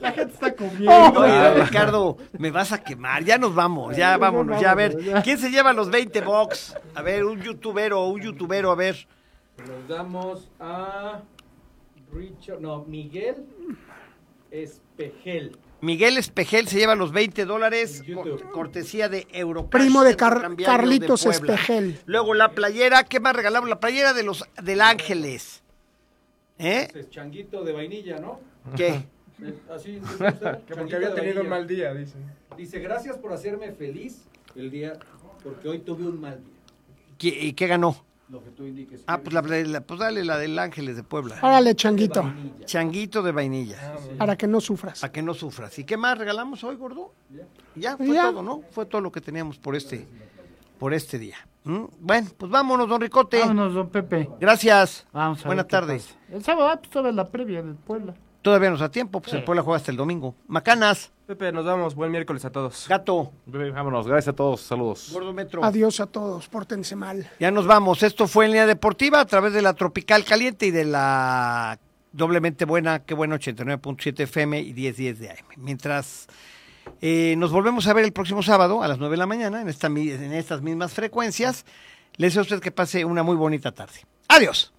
La gente está comiendo.
Oye,
Ah.
Ricardo, me vas a quemar. Ya nos vamos, ya vámonos, ya a ver. ¿Quién se lleva los 20 box? A ver, un youtubero, un youtubero, a ver.
Nos damos a Richard, no, Miguel Espejel.
Miguel Espejel se lleva los 20 dólares,
YouTube.
cor- cortesía de Eurocash.
Primo de Car-
Centro Cambiario
Carlitos
de Puebla.
Espejel.
Luego la playera, ¿qué más regalamos? La playera de los del Ángeles. ¿Eh?
Ese es changuito de vainilla, ¿no?
¿Qué?
Eh, Así dice usted,
Que porque
changuito
había
de
tenido un
vainilla.
mal día, dice.
Dice, gracias por hacerme feliz el día, porque hoy tuve un mal día.
¿Qué- ¿Y qué ganó?
Lo que tú indiques.
Ah, pues, la, la- pues dale la del Ángeles de Puebla.
Ah.
Árale, changuito,
Vainilla.
Changuito de
Ah,
vainilla.
para que no sufras.
Para que no sufras. ¿Y qué más regalamos hoy, gordo? Ya fue
Ya.
todo, ¿no? Fue todo lo que teníamos por este, por este día. ¿Mm? Bueno, pues vámonos, don Ricote.
Vámonos, don Pepe.
Gracias.
Vamos a
Buenas
ver qué
tardes.
pasa. El sábado, ah, pues, todavía la previa del Puebla.
Todavía nos da tiempo, pues el Puebla juega hasta el domingo. Macanas,
Pepe, nos vamos. Buen miércoles a todos.
gato,
Bebé, Vámonos, gracias a todos, saludos.
gordo metro.
Adiós a todos, pórtense mal.
Ya nos vamos. Esto fue en línea deportiva a través de la Tropical Caliente y de la doblemente buena, qué bueno, 89.7 FM y 1010 de AM. Mientras eh, nos volvemos a ver el próximo sábado a las 9 de la mañana en, esta mi- en estas mismas frecuencias, les deseo a usted que pase una muy bonita tarde. Adiós.